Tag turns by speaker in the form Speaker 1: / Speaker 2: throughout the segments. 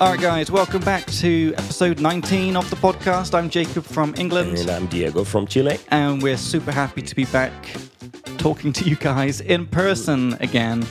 Speaker 1: All right, guys, welcome back to episode 19 of the podcast. I'm Jacob from England,
Speaker 2: And I'm Diego from Chile.
Speaker 1: and we're super happy to be back talking to you guys in person again.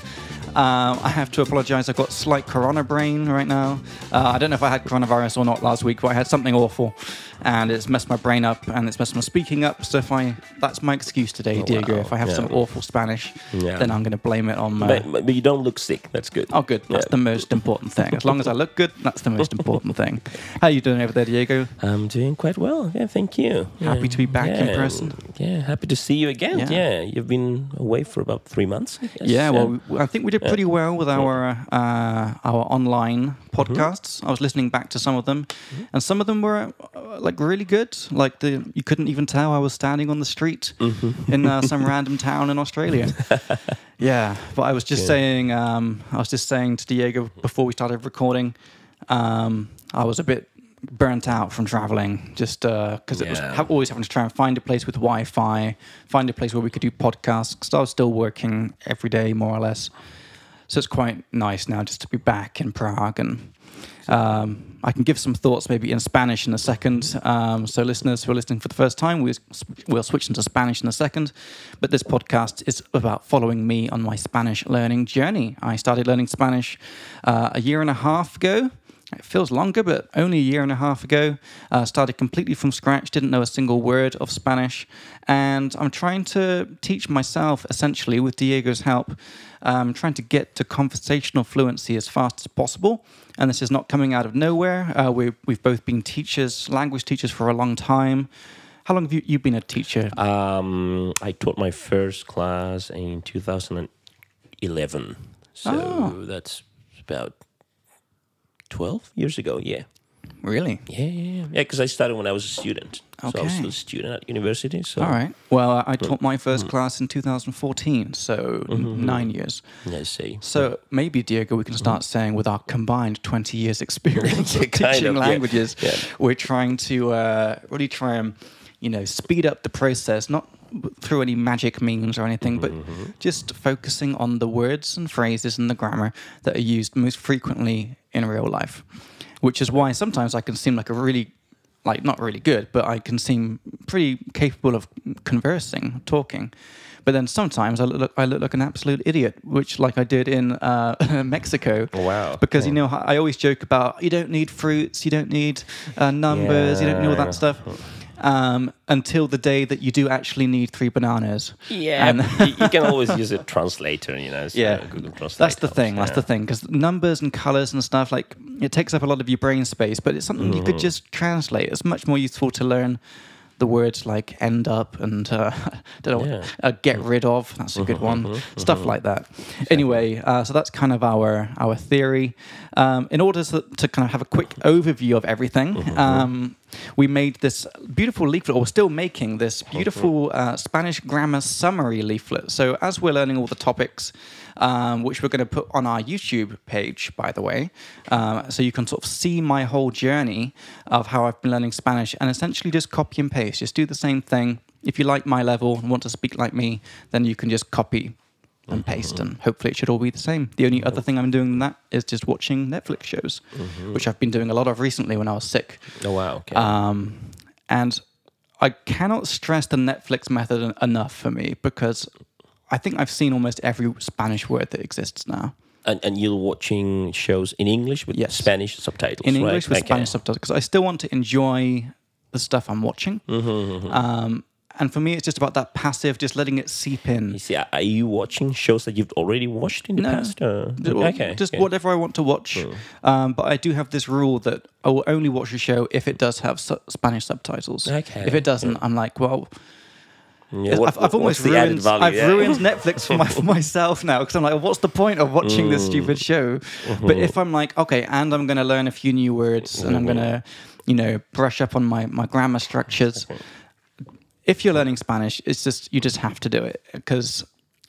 Speaker 1: Um, I have to apologize. I've got slight corona brain right now. Uh, I don't know if I had coronavirus or not last week, but I had something awful, and it's messed my brain up and it's messed my speaking up. So if I that's my excuse today, Diego.
Speaker 2: Oh, wow.
Speaker 1: If I have
Speaker 2: Yeah.
Speaker 1: some awful Spanish,
Speaker 2: Yeah.
Speaker 1: then I'm going to blame it on uh, my.
Speaker 2: But, but you don't look sick. That's good.
Speaker 1: Oh, good. That's
Speaker 2: Yeah.
Speaker 1: the most important thing. As long as I look good, that's the most important thing. How you doing over there, Diego?
Speaker 2: I'm Um, doing quite well. Yeah, thank you.
Speaker 1: Happy
Speaker 2: Yeah.
Speaker 1: to be back in
Speaker 2: Yeah.
Speaker 1: person.
Speaker 2: Yeah, happy to see you again.
Speaker 1: Yeah.
Speaker 2: Yeah, you've been away for about three months. I guess.
Speaker 1: Yeah, Mm-hmm. well, we- I think we did pretty well with our uh, our online podcasts. I was listening back to some of them, and some of them were uh, like really good. Like the you couldn't even tell I was standing on the street in uh, some random town in Australia. yeah, but I was just saying, um, I was just saying to Diego before we started recording, um, I was a bit burnt out from traveling just because it was
Speaker 2: Yeah.
Speaker 1: ha- always having to try and find a place with wi-fi find a place where we could do podcasts 'cause i was still working every day more or less so it's quite nice now just to be back in prague and um, i can give some thoughts maybe in spanish in a second um, so listeners who are listening for the first time we, we'll switch into spanish in a second but this podcast is about following me on my spanish learning journey i started learning spanish uh, a year and a half ago it feels longer, but only a year and a half ago. Uh, started completely from scratch, didn't know a single word of Spanish. And I'm trying to teach myself, essentially, with Diego's help, um, trying to get to conversational fluency as fast as possible. And this is not coming out of nowhere. Uh, we, we've both been teachers, language teachers, for a long time. How long have you, you been a teacher?
Speaker 2: um, I taught my first class in 2011. So
Speaker 1: Ah.
Speaker 2: that's about 12 years ago. Yeah.
Speaker 1: really?
Speaker 2: Yeah, yeah, yeah. Because I started when I was a student. So I was
Speaker 1: Okay.
Speaker 2: still a student at university. So
Speaker 1: All right. Well, I taught my first class in 2014, so
Speaker 2: Mm-hmm.
Speaker 1: nine years.
Speaker 2: I see.
Speaker 1: So maybe Diego, we can start saying with our combined twenty years experience of
Speaker 2: kind
Speaker 1: teaching
Speaker 2: of, yeah.
Speaker 1: languages,
Speaker 2: Yeah.
Speaker 1: we're trying to uh, really try and you know speed up the process, not w- through any magic means or anything, but just focusing on the words and phrases and the grammar that are used most frequently in real life. Which is why sometimes I can seem like a really like not really good, but I can seem pretty capable of conversing, talking. But then sometimes I look, I look like an absolute idiot, which like I did in uh, Mexico.
Speaker 2: Wow.
Speaker 1: Because you know, I always joke about you don't need fruits, you don't need uh, numbers, you don't need all that
Speaker 2: Yeah.
Speaker 1: stuff. Um, until the day that you do actually need three bananas.
Speaker 2: Yeah,
Speaker 1: And-
Speaker 2: you, you can always use a translator, you know. So
Speaker 1: Yeah.
Speaker 2: Google Translate.
Speaker 1: That's the thing. That's the thing. Because numbers and colors and stuff like it takes up a lot of your brain space, but it's something you
Speaker 2: Mm-hmm.
Speaker 1: could just translate. It's much more useful to learn the words like end up and uh, don't know
Speaker 2: Yeah.
Speaker 1: uh, get rid of. That's a good one. Stuff like that. Anyway, uh, so that's kind of our our theory. Um, in order to, to kind of have a quick overview of everything. Um, we made this beautiful leaflet, or we're still making this beautiful uh, Spanish grammar summary leaflet. So, as we're learning all the topics, um, which we're going to put on our YouTube page, by the way, um, so you can sort of see my whole journey of how I've been learning Spanish and essentially just copy and paste, just do the same thing. If you like my level and want to speak like me, then you can just copy and paste, and hopefully it should all be the same. The only other thing I'm doing than that is just watching Netflix shows, which I've been doing a lot of recently when I was sick.
Speaker 2: Oh wow. Okay.
Speaker 1: Um, and I cannot stress the Netflix method en- enough for me because I think I've seen almost every Spanish word that exists now
Speaker 2: and, and you're watching shows in English with
Speaker 1: Yes.
Speaker 2: Spanish subtitles,
Speaker 1: in
Speaker 2: right?
Speaker 1: English with
Speaker 2: Okay.
Speaker 1: Spanish subtitles because I still want to enjoy the stuff I'm watching. Um, and for me, it's just about that passive, just letting it seep in.
Speaker 2: You see, are are you watching shows that you've already watched in the
Speaker 1: No.
Speaker 2: past? Or?
Speaker 1: Well,
Speaker 2: okay.
Speaker 1: Just
Speaker 2: okay.
Speaker 1: whatever I want to watch. Um, but I do have this rule that I will only watch a show if it does have su- Spanish subtitles.
Speaker 2: Okay.
Speaker 1: If it doesn't, I'm like, well,
Speaker 2: Yeah,
Speaker 1: I've,
Speaker 2: what-
Speaker 1: I've
Speaker 2: what-
Speaker 1: almost
Speaker 2: what's the added
Speaker 1: ruined,
Speaker 2: value?
Speaker 1: I've
Speaker 2: Yeah.
Speaker 1: ruined Netflix for, my, for myself now because I'm like, what's the point of watching this
Speaker 2: Mm.
Speaker 1: stupid show? But if I'm like, okay, and I'm going to learn a few new words and I'm
Speaker 2: Mm-hmm.
Speaker 1: going to, you know, brush up on my, my grammar structures. If you're learning Spanish, it's just, you just have to do it because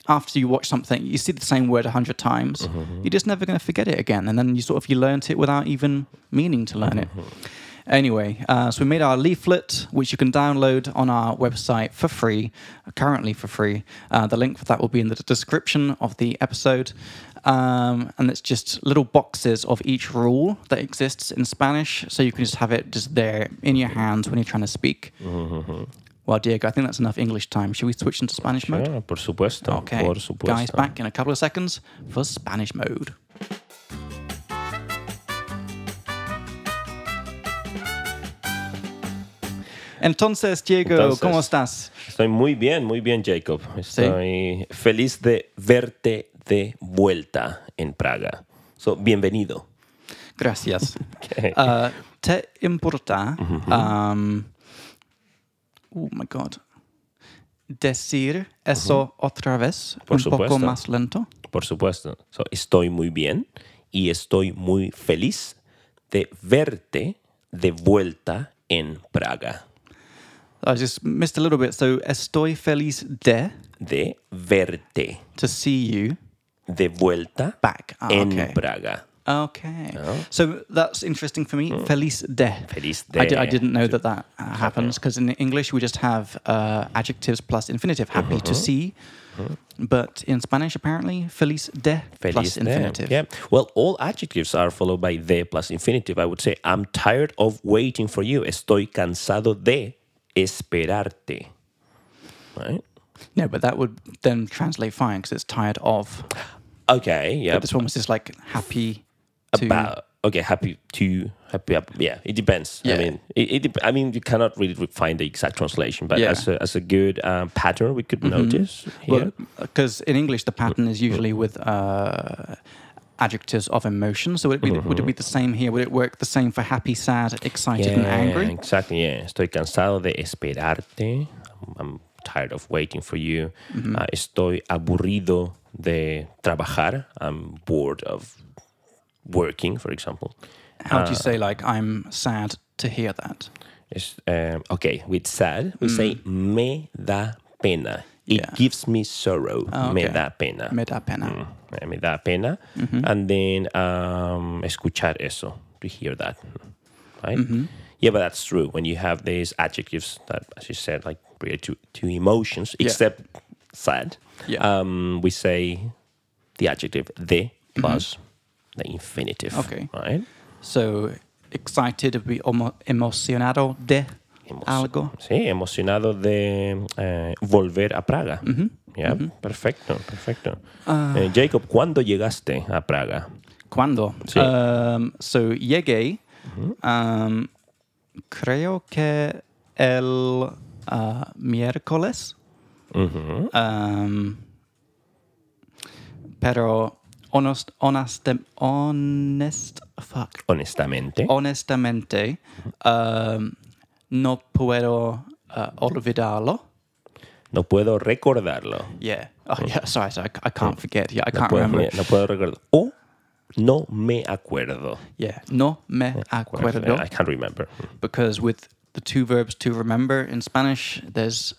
Speaker 1: after you watch something, you see the same word a hundred times, you're just never going to forget it again. And then you sort of, you learnt it without even meaning to learn it. Anyway, uh, so we made our leaflet, which you can download on our website for free, currently for free. Uh, the link for that will be in the description of the episode. Um, and it's just little boxes of each rule that exists in Spanish. So you can just have it just there in your hands when you're trying to speak. Well, Diego, I think that's enough English time. Should we switch into Spanish mode?
Speaker 2: Ah, por supuesto.
Speaker 1: Okay.
Speaker 2: Por supuesto.
Speaker 1: Guys, back in a couple of seconds for Spanish mode. Entonces, Diego,
Speaker 2: Entonces.
Speaker 1: ¿cómo estás?
Speaker 2: Estoy muy bien, muy bien, Jacob. Estoy feliz de verte de vuelta en Praga. So, bienvenido.
Speaker 1: Gracias.
Speaker 2: Okay.
Speaker 1: Uh, ¿Te importa? um, oh my God. Decir eso otra vez
Speaker 2: Por
Speaker 1: un poco
Speaker 2: supuesto.
Speaker 1: más lento.
Speaker 2: Por supuesto. So, estoy muy bien y estoy muy feliz de verte de vuelta en Praga.
Speaker 1: I just missed a little bit. So, estoy feliz de
Speaker 2: De verte
Speaker 1: to see you
Speaker 2: de vuelta
Speaker 1: back. Ah,
Speaker 2: en
Speaker 1: okay.
Speaker 2: Praga.
Speaker 1: Okay. So that's interesting for me. Feliz de.
Speaker 2: Feliz
Speaker 1: I, di- I
Speaker 2: Oh. Hmm. de.
Speaker 1: didn't know that that uh, happens because in English we just have uh, adjectives plus infinitive. Happy to
Speaker 2: Uh-huh.
Speaker 1: see. But in Spanish, apparently, feliz de
Speaker 2: Feliz
Speaker 1: plus
Speaker 2: de.
Speaker 1: infinitive.
Speaker 2: Yeah. Well, all adjectives are followed by de plus infinitive. I would say, I'm tired of waiting for you. Estoy cansado de esperarte. Right?
Speaker 1: No, but that would then translate fine because it's tired of.
Speaker 2: Okay. Yeah.
Speaker 1: This one was just like happy to.
Speaker 2: about okay happy to happy up yeah it depends
Speaker 1: Yeah.
Speaker 2: i mean it, it dep- i mean you cannot really re- find the exact translation but
Speaker 1: Yeah. Mm-hmm.
Speaker 2: as, a, as a good um, pattern we could notice here
Speaker 1: Because in English, the pattern is usually with uh, adjectives of emotion. So would it, be, would it be the same here? Would it work the same for happy, sad, excited, and angry?
Speaker 2: exactly yeah estoy cansado de esperarte i'm, I'm tired of waiting for you
Speaker 1: Mm-hmm.
Speaker 2: uh, estoy aburrido de trabajar i'm bored of working for example
Speaker 1: How do you say like I'm sad to hear that?
Speaker 2: It's, um, okay, with sad, we say me da pena. It
Speaker 1: Mm. Yeah. Ah,
Speaker 2: gives me sorrow. Me
Speaker 1: okay.
Speaker 2: da pena.
Speaker 1: Me da pena.
Speaker 2: Mm, me da pena.
Speaker 1: Mm-hmm.
Speaker 2: And then um, escuchar eso, to hear that. Right?
Speaker 1: Mm-hmm.
Speaker 2: Yeah, but that's true. When you have these adjectives that, as you said, like related to, to emotions, except sad,
Speaker 1: Yeah.
Speaker 2: um, we say the adjective de plus the infinitive.
Speaker 1: Mm-hmm. Okay.
Speaker 2: Right?
Speaker 1: So excited would be emo- emocionado de
Speaker 2: Emo-
Speaker 1: algo.
Speaker 2: Sí, emocionado de eh, volver a Praga.
Speaker 1: Mm-hmm.
Speaker 2: Ya, Perfecto, perfecto.
Speaker 1: Ah.
Speaker 2: Eh, Jacob, ¿cuándo llegaste a Praga?
Speaker 1: Cuando.
Speaker 2: Sí.
Speaker 1: Um, so llegué. Um, creo que el uh, miércoles. Um, pero honest, honest, honest, fuck.
Speaker 2: ¿Eh? Honestamente.
Speaker 1: honestamente, um, no puedo uh, olvidarlo.
Speaker 2: No puedo recordarlo.
Speaker 1: Yeah. Oh, yeah. Sorry, sorry. I, I can't forget. Yeah, I
Speaker 2: No
Speaker 1: can't
Speaker 2: puedo,
Speaker 1: remember.
Speaker 2: mira, no puedo recordar. O no me acuerdo.
Speaker 1: Yeah. No me acuerdo.
Speaker 2: I can't remember.
Speaker 1: Because with the two verbs to remember in Spanish, there's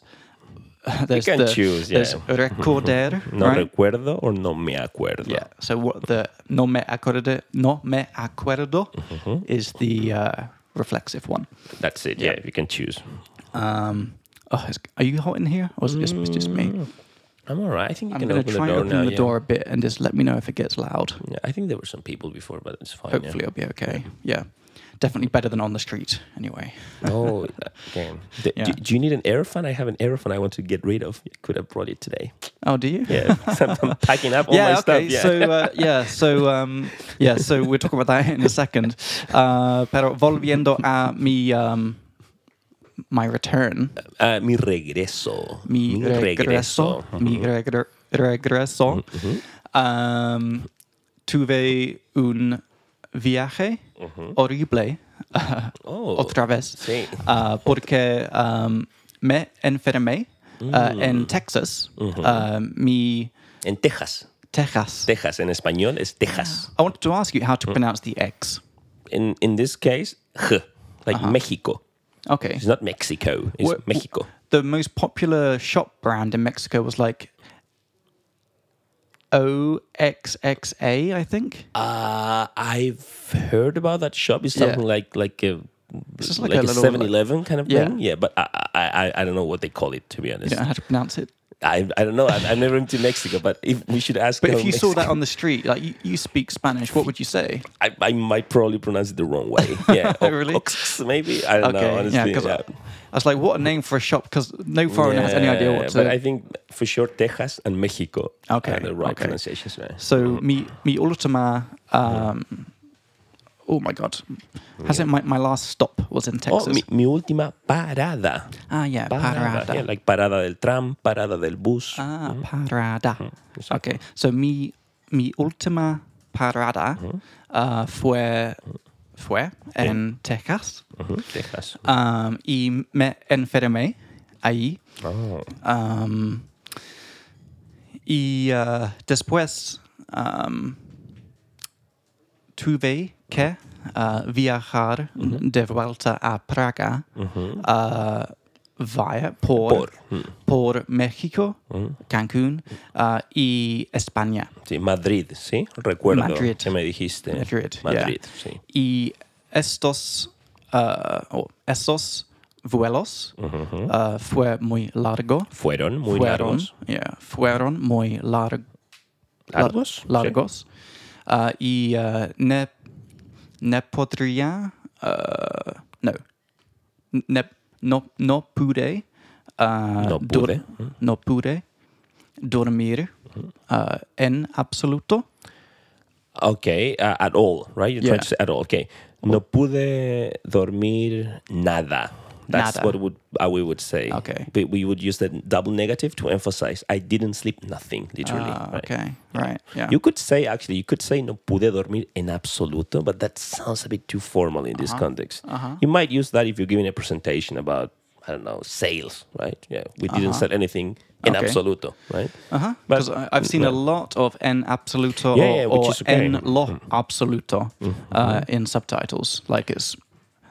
Speaker 1: there's
Speaker 2: can
Speaker 1: the,
Speaker 2: choose,
Speaker 1: there's
Speaker 2: yeah.
Speaker 1: recordar,
Speaker 2: No
Speaker 1: right?
Speaker 2: recuerdo o no me acuerdo.
Speaker 1: yeah. So what the no me acuerdo no me acuerdo is the uh, reflexive one.
Speaker 2: Mm-hmm. That's it. Yeah. you can choose.
Speaker 1: Um, oh, is, are you hot in here, or is it just, it's just me?
Speaker 2: I'm all right. I think Mm, you
Speaker 1: I'm
Speaker 2: can
Speaker 1: gonna
Speaker 2: open
Speaker 1: try
Speaker 2: the
Speaker 1: and
Speaker 2: door
Speaker 1: open
Speaker 2: now.
Speaker 1: the
Speaker 2: yeah.
Speaker 1: door a bit and just let me know if it gets loud.
Speaker 2: Yeah, I think there were some people before, but it's fine. yeah.
Speaker 1: Hopefully, it'll be okay. Yeah, definitely better than on the street. Anyway,
Speaker 2: Oh, damn. D-
Speaker 1: Yeah.
Speaker 2: do, do you need an air fan? I have an air fan I want to get rid of. I could have brought it today.
Speaker 1: oh, do you?
Speaker 2: Yeah, I'm, I'm packing up all
Speaker 1: Yeah.
Speaker 2: my
Speaker 1: okay.
Speaker 2: stuff. Yeah.
Speaker 1: So uh, yeah. So um, yeah. So we'll talk about that in a second. Uh, pero volviendo a mi um, my return,
Speaker 2: Uh, mi regreso. Mm-hmm.
Speaker 1: mi regreso,
Speaker 2: uh-huh.
Speaker 1: mi regre- regreso. Um, tuve un viaje horrible
Speaker 2: Oh,
Speaker 1: otra vez.
Speaker 2: sí.
Speaker 1: Ah, porque um, me enfermé ah,
Speaker 2: Mm.
Speaker 1: en Texas,
Speaker 2: Uh-huh.
Speaker 1: ah, mi
Speaker 2: En Texas.
Speaker 1: Texas.
Speaker 2: Texas en español es Texas.
Speaker 1: I wanted to ask you how to
Speaker 2: Uh-huh.
Speaker 1: pronounce the X.
Speaker 2: In in this case, J, like Mexico.
Speaker 1: Okay.
Speaker 2: It's not Mexico. It's
Speaker 1: Wh-
Speaker 2: Mexico.
Speaker 1: The most popular shop brand in Mexico was like OXXA, I think.
Speaker 2: Uh, I've heard about that shop. It's
Speaker 1: Yeah.
Speaker 2: something like like a
Speaker 1: It's just like
Speaker 2: like,
Speaker 1: a
Speaker 2: a
Speaker 1: little,
Speaker 2: 7 Eleven kind of
Speaker 1: Yeah.
Speaker 2: thing. Yeah, but I, I, I- I don't know what they call it, to be honest.
Speaker 1: You don't know how to pronounce it.
Speaker 2: I, I don't know. I've, I've never been to Mexico, but if we should ask.
Speaker 1: But if
Speaker 2: a
Speaker 1: you saw that
Speaker 2: Mexican,
Speaker 1: on the street, like you, you speak Spanish, what would you say?
Speaker 2: I, I might probably pronounce it the wrong way. Yeah. O-
Speaker 1: Really?
Speaker 2: Ox, maybe? I don't know. Honestly.
Speaker 1: because I, I was like, what a name for a shop because no foreigner has any
Speaker 2: Yeah,
Speaker 1: idea what to.
Speaker 2: But I think for sure, Texas and Mexico
Speaker 1: Okay,
Speaker 2: are the right
Speaker 1: okay.
Speaker 2: pronunciations. man.
Speaker 1: so mi mi ultima. Um, oh my god, has it my, my last stop was in Texas?
Speaker 2: Oh, mi, mi última parada.
Speaker 1: ah yeah, parada.
Speaker 2: Yeah, Mm-hmm. like parada del tram, parada del bus. Mm,
Speaker 1: Ah, parada. Okay, so mi mi última parada
Speaker 2: Uh-huh.
Speaker 1: uh, fue fue en Texas.
Speaker 2: Ujú, Texas.
Speaker 1: Um, y me enfermé ahí.
Speaker 2: Oh.
Speaker 1: Um, y uh, después um, tuve que uh, viajar
Speaker 2: Uh-huh.
Speaker 1: de vuelta a Praga uh, via por,
Speaker 2: Por, Mm,
Speaker 1: por. México, Cancún
Speaker 2: Uh-huh.
Speaker 1: uh, y España.
Speaker 2: Sí, Madrid, ¿sí? Recuerdo
Speaker 1: Madrid.
Speaker 2: que me dijiste.
Speaker 1: Madrid, yeah.
Speaker 2: Madrid, sí.
Speaker 1: Y estos, uh, o estos vuelos uh, fue muy largo.
Speaker 2: Fueron muy
Speaker 1: fueron,
Speaker 2: largos.
Speaker 1: yeah, fueron muy largos.
Speaker 2: ¿Largos?
Speaker 1: largos. Ah, y ah, ne, ne podría. ah, no. Ne- no. No pude. ah,
Speaker 2: No
Speaker 1: dur-
Speaker 2: pude. Mm.
Speaker 1: no pude dormir ah, en absoluto.
Speaker 2: Sí. Ok, uh, at all, right? You're
Speaker 1: Yeah.
Speaker 2: trying to say at all. Okay. No pude dormir nada. That's
Speaker 1: Nada.
Speaker 2: what would, uh, we would say.
Speaker 1: Okay.
Speaker 2: But we would use the double negative to emphasize I didn't sleep nothing, literally.
Speaker 1: Ah,
Speaker 2: right?
Speaker 1: okay. Right. Yeah.
Speaker 2: You could say, actually, you could say no pude dormir en absoluto, but that sounds a bit too formal in this
Speaker 1: Uh-huh.
Speaker 2: context. You might use that if you're giving a presentation about, I don't know, sales, right? Yeah, we didn't sell anything en
Speaker 1: Uh-huh. Okay.
Speaker 2: absoluto, right?
Speaker 1: uh-huh.
Speaker 2: but-
Speaker 1: Because I- I've seen a lot of en absoluto
Speaker 2: Yeah,
Speaker 1: or,
Speaker 2: yeah, which
Speaker 1: or
Speaker 2: is okay. Mm.
Speaker 1: en lo absoluto uh, in subtitles. Like it's,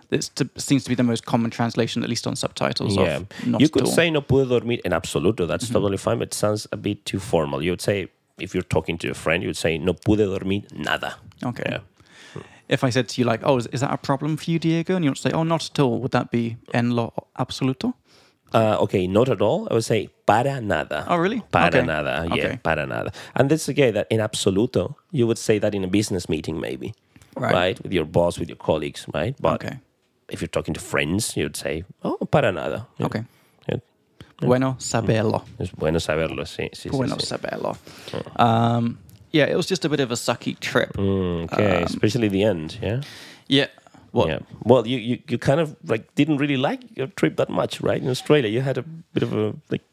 Speaker 1: this t- seems to be the most common translation, at least on subtitles.
Speaker 2: Yeah.
Speaker 1: Of not
Speaker 2: You
Speaker 1: at
Speaker 2: could
Speaker 1: all. Mm-hmm.
Speaker 2: say no pude dormir en absoluto. That's totally fine, but it sounds a bit too formal. You would say, if you're talking to a friend, you would say no pude dormir nada.
Speaker 1: Okay.
Speaker 2: Yeah.
Speaker 1: If I said to you, like, oh, is, is that a problem for you, Diego? And you would say, oh, not at all. Would that be en lo absoluto?
Speaker 2: Uh, okay, not at all. I would say para nada.
Speaker 1: Oh, really?
Speaker 2: Para
Speaker 1: Okay.
Speaker 2: nada. Yeah,
Speaker 1: Okay.
Speaker 2: para nada. And that's again that in absoluto, you would say that in a business meeting, maybe,
Speaker 1: Right.
Speaker 2: With your boss, with your colleagues, right? But
Speaker 1: Okay.
Speaker 2: if you're talking to friends, you'd say, oh, para nada. Yeah.
Speaker 1: Okay.
Speaker 2: Yeah. Mm.
Speaker 1: Bueno saberlo.
Speaker 2: Es bueno saberlo. Sí, sí, sí,
Speaker 1: Bueno
Speaker 2: sí.
Speaker 1: saberlo. Um, yeah, it was just a bit of a sucky trip.
Speaker 2: Mm, okay,
Speaker 1: Um,
Speaker 2: especially the end. Yeah.
Speaker 1: Yeah. What?
Speaker 2: Yeah. Well, you, you you kind of like didn't really like your trip that much, right? In Australia, you had a bit of a like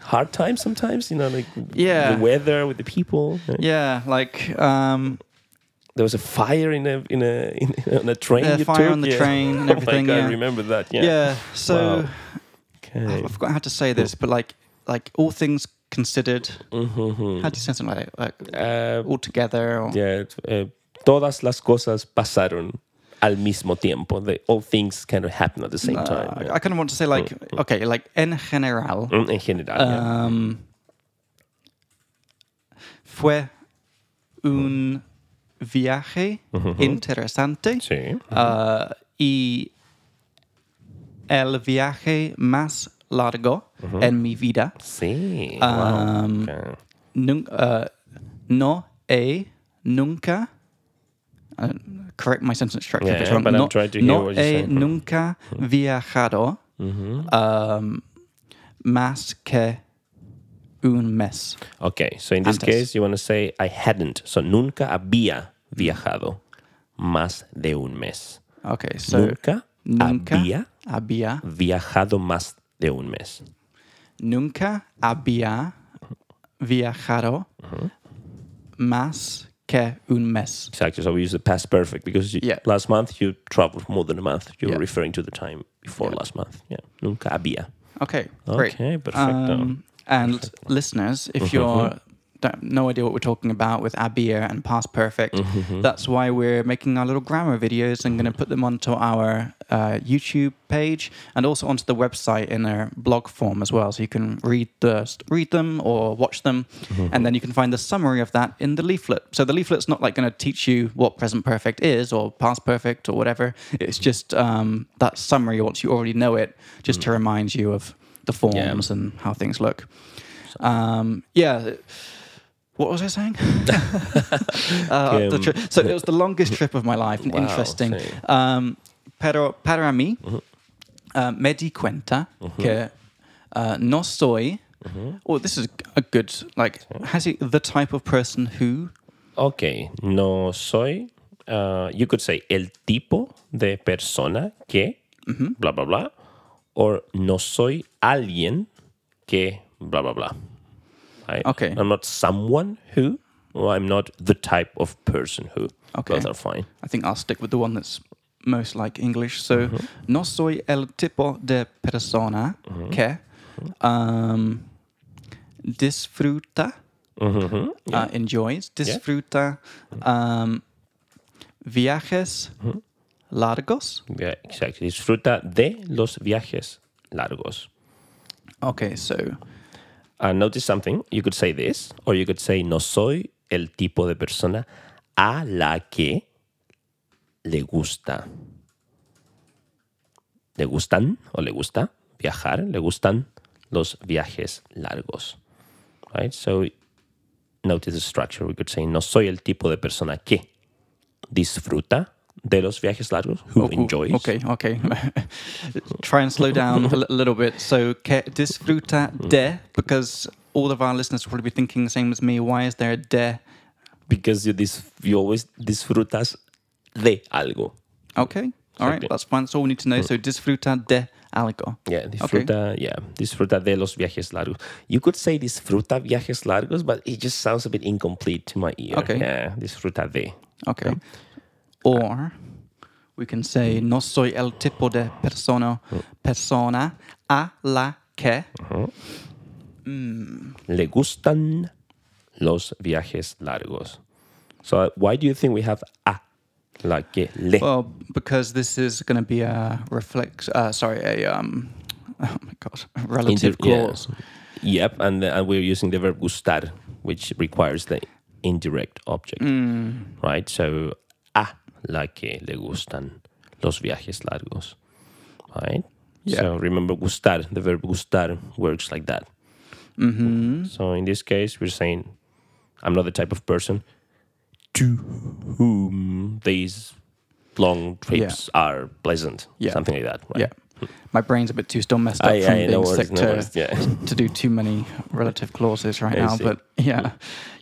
Speaker 2: hard time sometimes. You know, like
Speaker 1: Yeah.
Speaker 2: the weather with the people. right?
Speaker 1: Yeah, like um,
Speaker 2: there was a fire in a in a in, on a train.
Speaker 1: Yeah,
Speaker 2: you
Speaker 1: fire
Speaker 2: took?
Speaker 1: on the
Speaker 2: Yeah.
Speaker 1: train and everything,
Speaker 2: oh my God,
Speaker 1: yeah.
Speaker 2: I remember that. Yeah.
Speaker 1: yeah. So
Speaker 2: Wow. Okay.
Speaker 1: I forgot how to say this, but like, like all things considered, how do you say something like that? Like
Speaker 2: Uh,
Speaker 1: all together? Or,
Speaker 2: Mm. yeah. it's, Mm-hmm, uh, todas las cosas pasaron al mismo tiempo. They, all things kind of happen at the same
Speaker 1: Uh,
Speaker 2: time. yeah.
Speaker 1: I kind of want to say like, okay, like en general,
Speaker 2: Mm, en general. yeah.
Speaker 1: um, fue un viaje interesante
Speaker 2: Mm-hmm. Sí.
Speaker 1: uh, y el viaje más largo
Speaker 2: Mm-hmm.
Speaker 1: en mi vida.
Speaker 2: Sí. wow.
Speaker 1: um,
Speaker 2: Okay.
Speaker 1: Nun, uh, no he nunca. uh, correct my sentence structure if it's
Speaker 2: Yeah,
Speaker 1: wrong.
Speaker 2: but I'm
Speaker 1: no,
Speaker 2: trying to hear
Speaker 1: no
Speaker 2: what you're
Speaker 1: he
Speaker 2: saying. Mm-hmm. Mm.
Speaker 1: nunca viajado um, más que un mes.
Speaker 2: Okay, so in this
Speaker 1: Antes.
Speaker 2: case, you want to say I hadn't. So nunca había viajado más de un mes.
Speaker 1: Okay, so
Speaker 2: nunca,
Speaker 1: nunca
Speaker 2: había
Speaker 1: había
Speaker 2: viajado más de un mes.
Speaker 1: nunca había viajado
Speaker 2: Mm-hmm.
Speaker 1: más que un mes.
Speaker 2: Exactly. So we use the past perfect because you,
Speaker 1: Yeah.
Speaker 2: last month you traveled more than a month. You
Speaker 1: Yeah.
Speaker 2: were referring to the time before last month. Yeah. Nunca había.
Speaker 1: Okay, great.
Speaker 2: Okay, perfecto. Mm-hmm.
Speaker 1: Um, and listeners, if you're don't, no idea what we're talking about with Abir
Speaker 2: Mm-hmm.
Speaker 1: Mm-hmm. and past perfect, that's why we're making our little grammar videos and going to put them onto our uh, YouTube page and also onto the website in a blog form as well. So you can read the read them or watch them, and then you can find the summary of that in the leaflet. So the leaflet's not like going to teach you what present perfect is or past perfect or whatever. It's just um, that summary once you already know it, just to remind you of the forms and how things look. Um, yeah. What was I saying? uh, the
Speaker 2: Um,
Speaker 1: tri- so it was the longest trip of my life and
Speaker 2: Wow,
Speaker 1: interesting.
Speaker 2: sí.
Speaker 1: Um, pero para mí, uh, me di cuenta que uh, no soy. Oh, this is a good like. Has he the type of person who?
Speaker 2: Okay, no soy. Uh, you could say el tipo de persona que blah blah blah, or no soy alguien que blah blah blah. Right?
Speaker 1: Okay.
Speaker 2: I'm not someone who, or I'm not the type of person who.
Speaker 1: Okay.
Speaker 2: Both are fine.
Speaker 1: I think I'll stick with the one that's most like English. So no soy el tipo de persona que um, disfruta.
Speaker 2: hmm
Speaker 1: uh, enjoys, disfruta um, viajes largos.
Speaker 2: Yeah, exactly. Disfruta de los viajes largos.
Speaker 1: Okay, so
Speaker 2: Uh, notice something. You could say this, or you could say, no soy el tipo de persona a la que le gusta. Le gustan o le gusta viajar, le gustan los viajes largos. Right? So notice the structure. We could say, no soy el tipo de persona que disfruta de los viajes largos, who
Speaker 1: Ooh,
Speaker 2: enjoys.
Speaker 1: Okay, okay. Try and slow down a li- little bit. So que disfruta de because all of our listeners will probably be thinking the same as me. Why is there a de?
Speaker 2: Because you, dis- you always disfrutas de algo.
Speaker 1: Okay, all right,
Speaker 2: Exactly.
Speaker 1: that's fine. That's all we need to know. So disfruta de algo.
Speaker 2: Yeah, disfruta. Yeah, disfruta de los viajes largos. You could say disfruta viajes largos, but it just sounds a bit incomplete to my ear.
Speaker 1: Okay.
Speaker 2: Yeah, disfruta de.
Speaker 1: Okay. Or we can say no soy el tipo de persona
Speaker 2: Mm.
Speaker 1: persona a la que
Speaker 2: Uh-huh.
Speaker 1: Mm,
Speaker 2: Le gustan los viajes largos. So uh, why do you think we have a la que le?
Speaker 1: Well, because this is going to be a reflex. Uh, sorry, a um. Oh my god, a relative
Speaker 2: Inter- yeah.
Speaker 1: clause.
Speaker 2: Yep, and, uh, and we're using the verb gustar, which requires the indirect object,
Speaker 1: Mm,
Speaker 2: right? So, a la que le gustan los viajes largos, right?
Speaker 1: Yeah.
Speaker 2: So remember, gustar, the verb gustar works like that.
Speaker 1: hmm
Speaker 2: So in this case, we're saying, I'm not the type of person to whom these long trips are pleasant,
Speaker 1: Yeah.
Speaker 2: something like that. Right?
Speaker 1: Yeah, my brain's a bit too still messed up
Speaker 2: I-
Speaker 1: from
Speaker 2: I-
Speaker 1: being
Speaker 2: no worries,
Speaker 1: sick
Speaker 2: no
Speaker 1: to,
Speaker 2: worries, uh, yeah.
Speaker 1: to do too many relative clauses right
Speaker 2: I
Speaker 1: now.
Speaker 2: see.
Speaker 1: But yeah,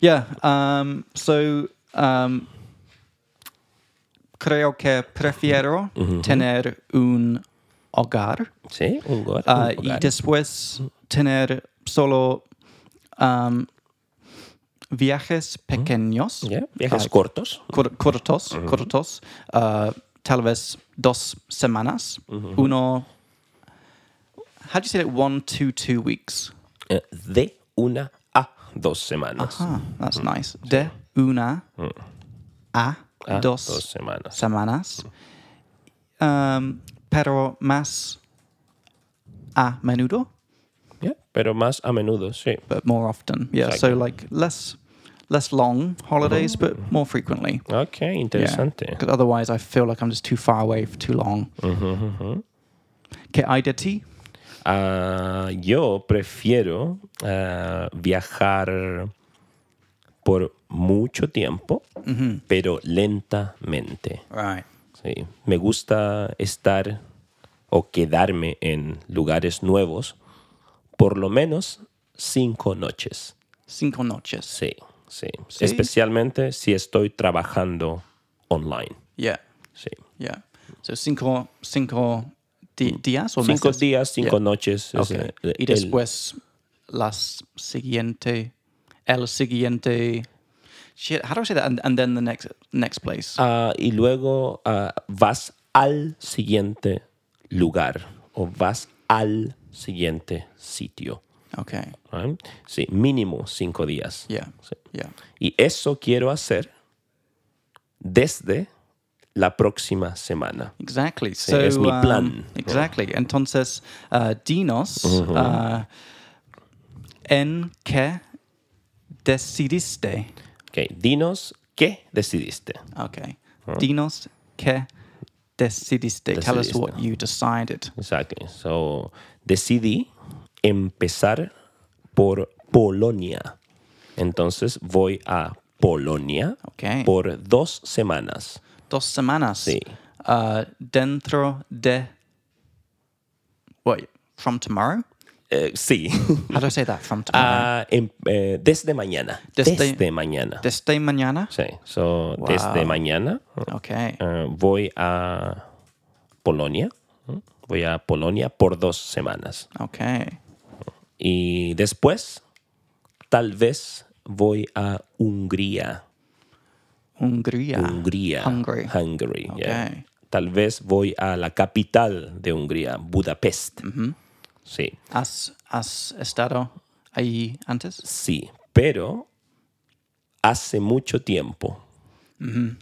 Speaker 1: yeah. Um, so um, creo que prefiero tener un hogar
Speaker 2: Mm-hmm. Sí, un lugar, un
Speaker 1: uh, y
Speaker 2: lugar.
Speaker 1: después tener solo um, viajes pequeños.
Speaker 2: Mm-hmm. Yeah, Mm-hmm. viajes
Speaker 1: like-
Speaker 2: cortos.
Speaker 1: cor- cortos, cortos, uh, tal vez dos semanas,
Speaker 2: Mm-hmm.
Speaker 1: uno. How do you say it? One, two, two weeks.
Speaker 2: Eh, de una a dos semanas.
Speaker 1: Ah, that's
Speaker 2: Mm.
Speaker 1: nice. De una a
Speaker 2: A
Speaker 1: dos,
Speaker 2: dos Mm. semanas.
Speaker 1: semanas, um, pero más a menudo,
Speaker 2: Yeah, pero más a menudo, sí.
Speaker 1: but more often. Yeah, so
Speaker 2: Exactly.
Speaker 1: like less, less long holidays, but more frequently.
Speaker 2: Ok, interesante. Mm-hmm,
Speaker 1: Because otherwise, I feel like I'm just too far away for too long. Que hay de ti?
Speaker 2: Ah, yo prefiero ah, viajar por mucho tiempo, pero lentamente.
Speaker 1: Right.
Speaker 2: Sí. Me gusta estar o quedarme en lugares nuevos por lo menos cinco noches.
Speaker 1: Cinco noches.
Speaker 2: Sí, sí, Especialmente si estoy trabajando online.
Speaker 1: Yeah.
Speaker 2: Sí.
Speaker 1: Yeah. So cinco, cinco di- días or
Speaker 2: Mm. Cinco
Speaker 1: meses?
Speaker 2: días, cinco
Speaker 1: Yeah.
Speaker 2: noches. es,
Speaker 1: Okay.
Speaker 2: eh, el-
Speaker 1: y después las siguiente, el siguiente. Shit, how do I say that? And, and then the next next place.
Speaker 2: ah, y luego ah, vas al siguiente lugar o vas al siguiente sitio.
Speaker 1: okay.
Speaker 2: ¿right? Sí, mínimo cinco días.
Speaker 1: Yeah.
Speaker 2: Sí.
Speaker 1: Yeah.
Speaker 2: Y eso quiero hacer desde la próxima semana.
Speaker 1: Exactly.
Speaker 2: Sí,
Speaker 1: so
Speaker 2: es mi
Speaker 1: um,
Speaker 2: plan.
Speaker 1: exactly. Entonces, uh, dinos uh, en qué decidiste.
Speaker 2: Ok, dinos qué decidiste.
Speaker 1: Okay.
Speaker 2: Ah.
Speaker 1: Dinos qué decidiste. Tell us what
Speaker 2: Decidiste.
Speaker 1: you decided.
Speaker 2: Exactly. So, decidí empezar por Polonia. Entonces voy a Polonia
Speaker 1: Ok.
Speaker 2: por dos semanas.
Speaker 1: Dos semanas.
Speaker 2: Sí.
Speaker 1: Uh, dentro de. Wait, from tomorrow?
Speaker 2: Eh, sí.
Speaker 1: How do I say that? From tomorrow.
Speaker 2: Ah, em- eh, desde mañana.
Speaker 1: Desde-
Speaker 2: Desde, mañana.
Speaker 1: Desde mañana?
Speaker 2: sí. So, desde mañana
Speaker 1: Okay.
Speaker 2: eh, voy a Polonia. ¿no? Voy a Polonia por dos semanas.
Speaker 1: Okay.
Speaker 2: Y después, tal vez voy a Hungría.
Speaker 1: Hungría.
Speaker 2: Hungría.
Speaker 1: Hungary.
Speaker 2: Hungary, yeah.
Speaker 1: Okay.
Speaker 2: Tal vez voy a la capital de Hungría, Budapest. Sí,
Speaker 1: ¿Has, has estado ahí antes?
Speaker 2: sí. Pero hace mucho tiempo,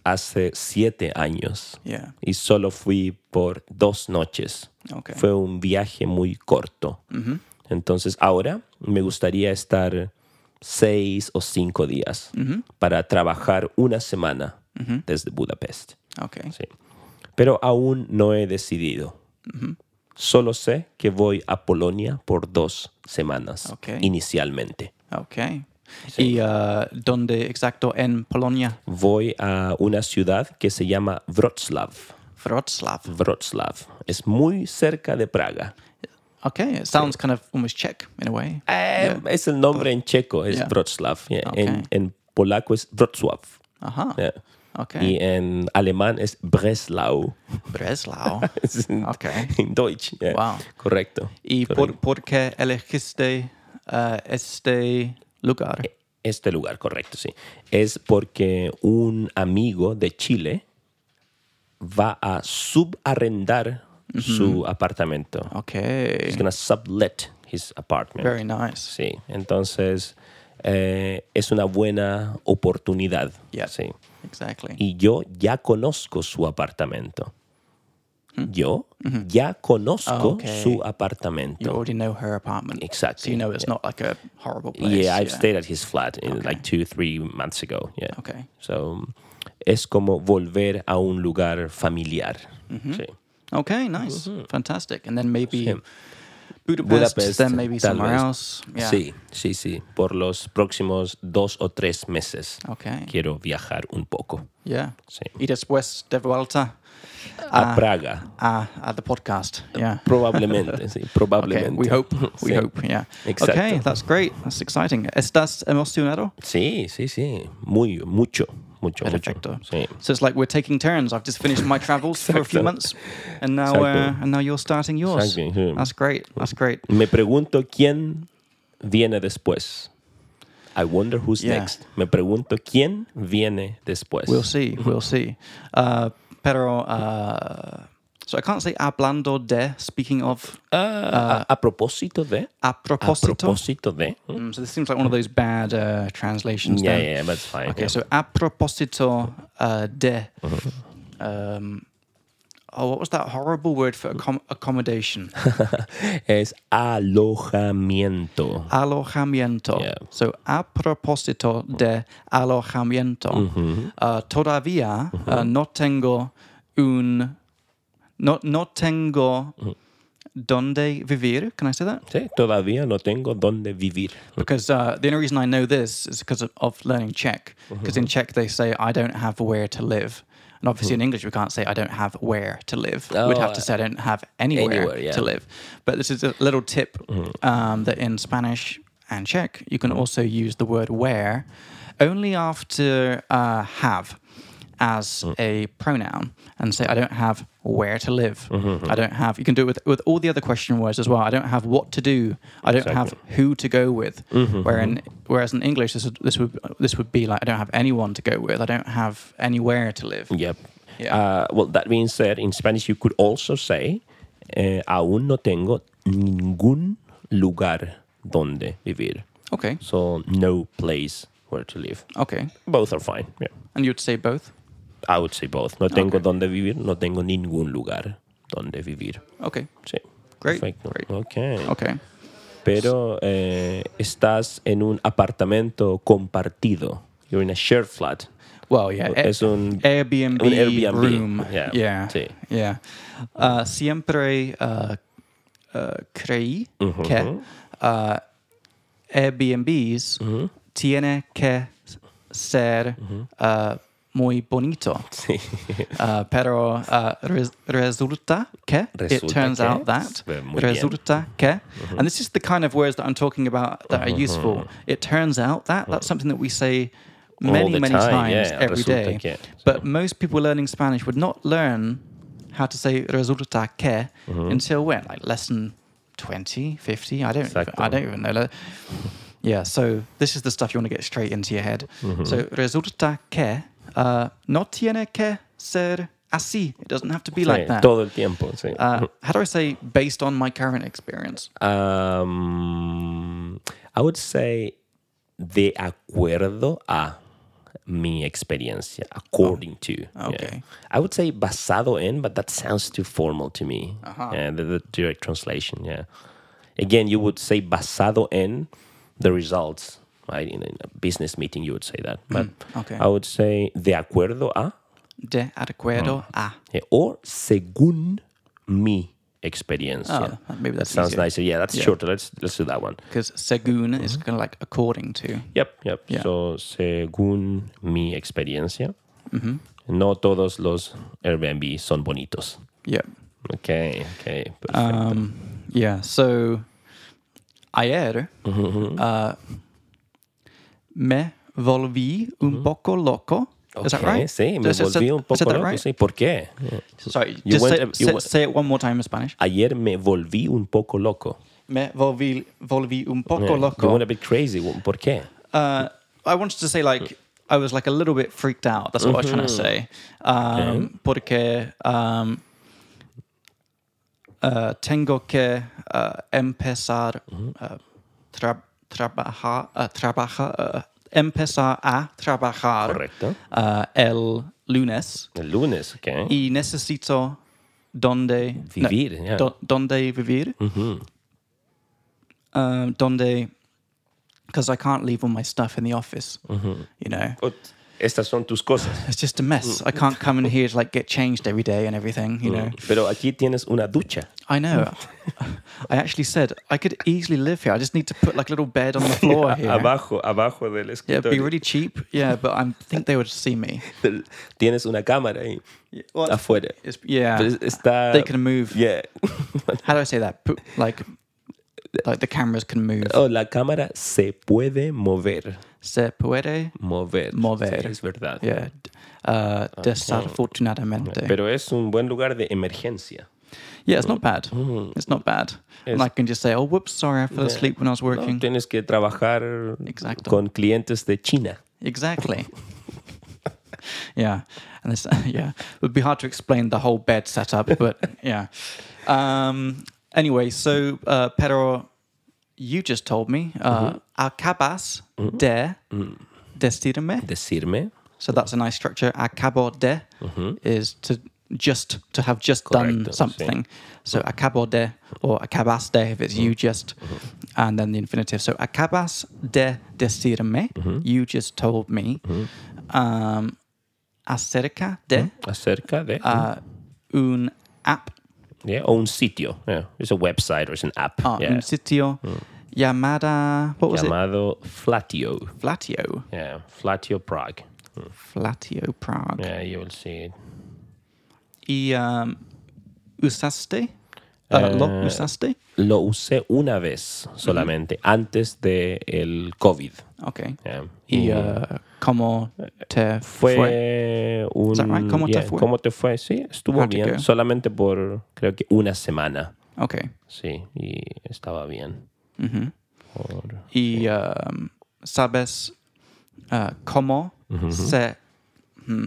Speaker 2: hace siete años,
Speaker 1: Yeah.
Speaker 2: y solo fui por dos noches.
Speaker 1: Okay.
Speaker 2: Fue un viaje muy corto. Entonces ahora me gustaría estar seis o cinco días para trabajar una semana desde Budapest.
Speaker 1: Okay.
Speaker 2: Sí. Pero aún no he decidido. Solo sé que voy a Polonia por dos semanas
Speaker 1: Ok.
Speaker 2: inicialmente.
Speaker 1: Okay. ¿Y uh, dónde exacto en Polonia?
Speaker 2: Voy a una ciudad que se llama Wroclaw.
Speaker 1: Wroclaw.
Speaker 2: Wroclaw. Es muy cerca de Praga.
Speaker 1: Okay, it sounds kind of almost Czech in a way.
Speaker 2: Eh, Es el nombre en checo, es
Speaker 1: Yeah.
Speaker 2: Wroclaw. Yeah, En,
Speaker 1: Ok.
Speaker 2: en polaco es Wrocław.
Speaker 1: Aha.
Speaker 2: Yeah.
Speaker 1: Okay.
Speaker 2: Y en alemán es Breslau.
Speaker 1: Breslau.
Speaker 2: Es en,
Speaker 1: Okay.
Speaker 2: en Deutsch. yeah.
Speaker 1: Wow.
Speaker 2: Correcto.
Speaker 1: ¿Y por, por qué elegiste
Speaker 2: eh,
Speaker 1: uh, este lugar?
Speaker 2: Este lugar, correcto, sí. Es porque un amigo de Chile va a subarrendar su apartamento.
Speaker 1: Okay.
Speaker 2: He's gonna sublet his apartment.
Speaker 1: Very nice.
Speaker 2: Sí, entonces eh, es una buena oportunidad.
Speaker 1: Yeah.
Speaker 2: Sí.
Speaker 1: Exactly.
Speaker 2: Y yo ya conozco su apartamento. Yo ya
Speaker 1: Mm.
Speaker 2: conozco
Speaker 1: Ah, ok.
Speaker 2: su apartamento.
Speaker 1: You already know her apartment. So
Speaker 2: Exactly.
Speaker 1: you know it's not like a horrible place.
Speaker 2: Yeah, eh, I've stayed at his flat in like two, three months ago. Yeah.
Speaker 1: Okay.
Speaker 2: So es como volver a un lugar familiar. Sí.
Speaker 1: Okay, nice. Fantastic. And then maybe Budapest,
Speaker 2: Mm-hmm. Budapest,
Speaker 1: then maybe
Speaker 2: tal
Speaker 1: somewhere
Speaker 2: vez.
Speaker 1: else. Yeah.
Speaker 2: sí, sí, sí. Por los próximos dos o tres meses
Speaker 1: Okay.
Speaker 2: quiero viajar un poco.
Speaker 1: Yeah.
Speaker 2: Sí.
Speaker 1: Y después de vuelta
Speaker 2: A
Speaker 1: Ah.
Speaker 2: Praga,
Speaker 1: a, a the podcast. Yeah.
Speaker 2: probablemente, sí,
Speaker 1: Okay,
Speaker 2: probablemente.
Speaker 1: we hope. We
Speaker 2: Sí.
Speaker 1: hope. Yeah.
Speaker 2: Exacto.
Speaker 1: Okay, that's great. That's exciting. ¿Estás emocionado?
Speaker 2: Sí, sí, sí. Muy, mucho, mucho,
Speaker 1: Perfecto.
Speaker 2: mucho. Sí.
Speaker 1: So it's like we're taking turns. I've just finished my travels for a few
Speaker 2: Exacto.
Speaker 1: months, and now uh,
Speaker 2: Exacto.
Speaker 1: and now you're starting yours.
Speaker 2: Exacto, sí.
Speaker 1: That's great. That's great.
Speaker 2: Me pregunto quién viene después. I wonder who's
Speaker 1: Yeah.
Speaker 2: next. Me pregunto quién viene después.
Speaker 1: We'll see.
Speaker 2: Mm-hmm.
Speaker 1: We'll see. Uh, pero uh, so I can't say hablando de speaking of
Speaker 2: Ah, a,
Speaker 1: uh,
Speaker 2: a propósito de.
Speaker 1: a
Speaker 2: A
Speaker 1: propósito.
Speaker 2: propósito de.
Speaker 1: Mm, so this seems like one of those bad uh, translations.
Speaker 2: Yeah,
Speaker 1: there.
Speaker 2: yeah, but it's fine.
Speaker 1: Okay,
Speaker 2: yeah. Mm-hmm.
Speaker 1: so a propósito uh, de. Um, oh, what was that horrible word for accom- accommodation?
Speaker 2: es alojamiento.
Speaker 1: alojamiento.
Speaker 2: Yeah.
Speaker 1: So, a propósito de alojamiento, uh, todavía uh, no tengo un. No, no tengo donde vivir. Can I say that?
Speaker 2: Sí, todavía no tengo dónde vivir.
Speaker 1: Because uh, the only reason I know this is because of, of learning Czech.
Speaker 2: Uh-huh.
Speaker 1: Because in Czech they say I don't have where to live, and obviously in English we can't say I don't have where to live. We'd
Speaker 2: Uh-huh. Oh,
Speaker 1: have to say I don't have anywhere,
Speaker 2: anywhere, yeah. Uh-huh.
Speaker 1: to live. But this is a little tip um, that in Spanish and Czech you can also use the word where only after uh, have as
Speaker 2: Uh-huh.
Speaker 1: a pronoun and say I don't have where to live.
Speaker 2: Uh-huh.
Speaker 1: I don't have. You can do it with with all the other question words as well. I don't have what to do. I don't have who to go with.
Speaker 2: Mm-hmm,
Speaker 1: Where in, whereas in English, this would, this would this would be like I don't have anyone to go with. I don't have anywhere to live.
Speaker 2: Yep.
Speaker 1: Yeah.
Speaker 2: Uh, well, that being said, in Spanish you could also say, eh, aún no tengo ningún lugar donde vivir.
Speaker 1: Okay,
Speaker 2: So, no place where to live.
Speaker 1: okay,
Speaker 2: Both are fine. Yeah.
Speaker 1: and you'd say both.
Speaker 2: I would say both. No tengo donde vivir, no tengo ningún lugar donde vivir.
Speaker 1: Okay.
Speaker 2: Sí.
Speaker 1: Great,
Speaker 2: Perfecto.
Speaker 1: great. Oh,
Speaker 2: Okay.
Speaker 1: Okay.
Speaker 2: Pero eh, estás en un apartamento compartido. You're in a shared flat.
Speaker 1: Well, yeah. eh, Air-
Speaker 2: es un
Speaker 1: Airbnb,
Speaker 2: un Airbnb,
Speaker 1: room.
Speaker 2: yeah,
Speaker 1: Yeah.
Speaker 2: sí.
Speaker 1: yeah. Uh, siempre uh, uh, creí que uh, Airbnbs tiene que ser uh, muy bonito.
Speaker 2: Sí.
Speaker 1: Uh, pero uh, res- resulta que it
Speaker 2: Resulta
Speaker 1: turns
Speaker 2: que.
Speaker 1: out that
Speaker 2: Ve, muy bien.
Speaker 1: resulta que, and this is the kind of words that I'm talking about that are useful. It turns out that that's something that we say many
Speaker 2: the
Speaker 1: many
Speaker 2: time,
Speaker 1: times
Speaker 2: yeah,
Speaker 1: every
Speaker 2: resulta
Speaker 1: day.
Speaker 2: que.
Speaker 1: But most people learning Spanish would not learn how to say resulta que
Speaker 2: Mm-hmm.
Speaker 1: until when, like lesson 20, 50. I don't, even, I
Speaker 2: Exacto.
Speaker 1: don't even know. Like, yeah, so this is the stuff you want to get straight into your head. So resulta que uh, no tiene que ser así. It doesn't have to be like
Speaker 2: Sí,
Speaker 1: that.
Speaker 2: Todo el tiempo, sí.
Speaker 1: Uh, how do I say based on my current experience?
Speaker 2: Um, I would say de acuerdo a mi experiencia, according to. yeah.
Speaker 1: okay.
Speaker 2: I would say basado en, but that sounds too formal to me.
Speaker 1: Uh-huh.
Speaker 2: Yeah, the, the direct translation, yeah. Again, you would say basado en the results, right? In a, in a business meeting, you would say that. But
Speaker 1: Hmm, okay.
Speaker 2: I would say de acuerdo a
Speaker 1: De acuerdo a.
Speaker 2: yeah, or según mi experiencia.
Speaker 1: Oh, maybe that's
Speaker 2: Sounds
Speaker 1: easier.
Speaker 2: nicer. Yeah, that's shorter. Let's let's do that one.
Speaker 1: Because segun is kind of like according to.
Speaker 2: Yep, yep.
Speaker 1: Yeah.
Speaker 2: So, según mi experiencia, no todos los Airbnb son bonitos.
Speaker 1: Yep.
Speaker 2: Ok, ok. Perfecto.
Speaker 1: Um, yeah, so ayer
Speaker 2: Mm-hmm.
Speaker 1: uh, me volví un poco loco. Is that
Speaker 2: Ok,
Speaker 1: right?
Speaker 2: Mm-hmm. Sí, me
Speaker 1: Did I say-
Speaker 2: volví un
Speaker 1: I said
Speaker 2: poco
Speaker 1: that
Speaker 2: loco.
Speaker 1: right?
Speaker 2: Sí, ¿por qué?
Speaker 1: Sorry,
Speaker 2: You
Speaker 1: just
Speaker 2: went-
Speaker 1: say,
Speaker 2: you
Speaker 1: say-
Speaker 2: went-
Speaker 1: say it one more time in Spanish.
Speaker 2: Ayer me volví un poco loco.
Speaker 1: Me volví, volví un
Speaker 2: Yeah,
Speaker 1: poco
Speaker 2: You
Speaker 1: loco.
Speaker 2: went a bit crazy. ¿Por qué?
Speaker 1: Uh, I wanted to say like I was like a little bit freaked out. That's what I was trying to say. Um, Porque um, uh, tengo que uh, empezar uh, tra- trabajar, uh, trabajar, uh, empezar a trabajar
Speaker 2: Correcto.
Speaker 1: uh, el lunes
Speaker 2: El lunes, ok.
Speaker 1: y necesito donde no,
Speaker 2: Vivir, yeah.
Speaker 1: do- donde vivir,
Speaker 2: Mm-hmm.
Speaker 1: um, donde because I can't leave all my stuff in the office. You know,
Speaker 2: Oh, Estas son tus cosas.
Speaker 1: it's just a mess.
Speaker 2: Mm.
Speaker 1: I can't come in here to like get changed every day and everything. You know,
Speaker 2: Pero aquí tienes una ducha.
Speaker 1: I know. I actually said I could easily live here. I just need to put like a little bed on the floor here.
Speaker 2: Abajo, abajo del
Speaker 1: Oh, Yeah, it'd be
Speaker 2: escritorio.
Speaker 1: really cheap. Yeah, but I think they would see me.
Speaker 2: Tienes una cámara ahí
Speaker 1: well,
Speaker 2: afuera.
Speaker 1: It's, yeah,
Speaker 2: Pero es- está...
Speaker 1: Ah. they can move.
Speaker 2: uh, Yeah.
Speaker 1: How do I say that? Pu- Like, like the cameras can move.
Speaker 2: Oh, la cámara se puede mover.
Speaker 1: Se puede
Speaker 2: Mover.
Speaker 1: Mover.
Speaker 2: Sí, es verdad.
Speaker 1: Yeah. d- Uh, desafortunadamente.
Speaker 2: Pero es un buen lugar de emergencia. Mm.
Speaker 1: yeah, it's not bad. It's not bad. and I can just say, oh, whoops, sorry, I fell asleep when I was
Speaker 2: No,
Speaker 1: working.
Speaker 2: tienes que trabajar
Speaker 1: Exacto.
Speaker 2: con clientes de China.
Speaker 1: exactly. yeah. And this, yeah, it would be hard to explain the whole bed setup, but yeah. Um, anyway, so, uh, pero you just told me, uh, acabas de decirme.
Speaker 2: Decirme.
Speaker 1: So that's a nice structure. Acabo de is to just to have just done
Speaker 2: Correcto, sí.
Speaker 1: something. So acabo de or acabas de if it's you just, and then the infinitive. So acabas de decirme, you just told me, um, acerca
Speaker 2: Mm-hmm.
Speaker 1: de
Speaker 2: Acerca de
Speaker 1: uh, un app,
Speaker 2: yeah, o un sitio. Yeah. It's a website or it's an app.
Speaker 1: uh,
Speaker 2: yeah.
Speaker 1: un sitio llamada what was
Speaker 2: Llamado Flatio.
Speaker 1: it? Flatio,
Speaker 2: Yeah. Flatio Prague.
Speaker 1: Flatio Prague.
Speaker 2: Yeah, you will see it.
Speaker 1: Y um, usaste, uh, lo
Speaker 2: Eh,
Speaker 1: usaste.
Speaker 2: Lo usé una vez solamente, antes de el COVID.
Speaker 1: Okay.
Speaker 2: Yeah.
Speaker 1: y uh, cómo te fue.
Speaker 2: fue, un...
Speaker 1: that right? ¿Cómo te fue? Ah,
Speaker 2: ¿Cómo te fue? Sí, estuvo
Speaker 1: How did it
Speaker 2: bien.
Speaker 1: go?
Speaker 2: Solamente por, creo que una semana.
Speaker 1: Okay.
Speaker 2: Sí, y estaba bien. Por-
Speaker 1: Y um, sabes uh, como se. Hmm.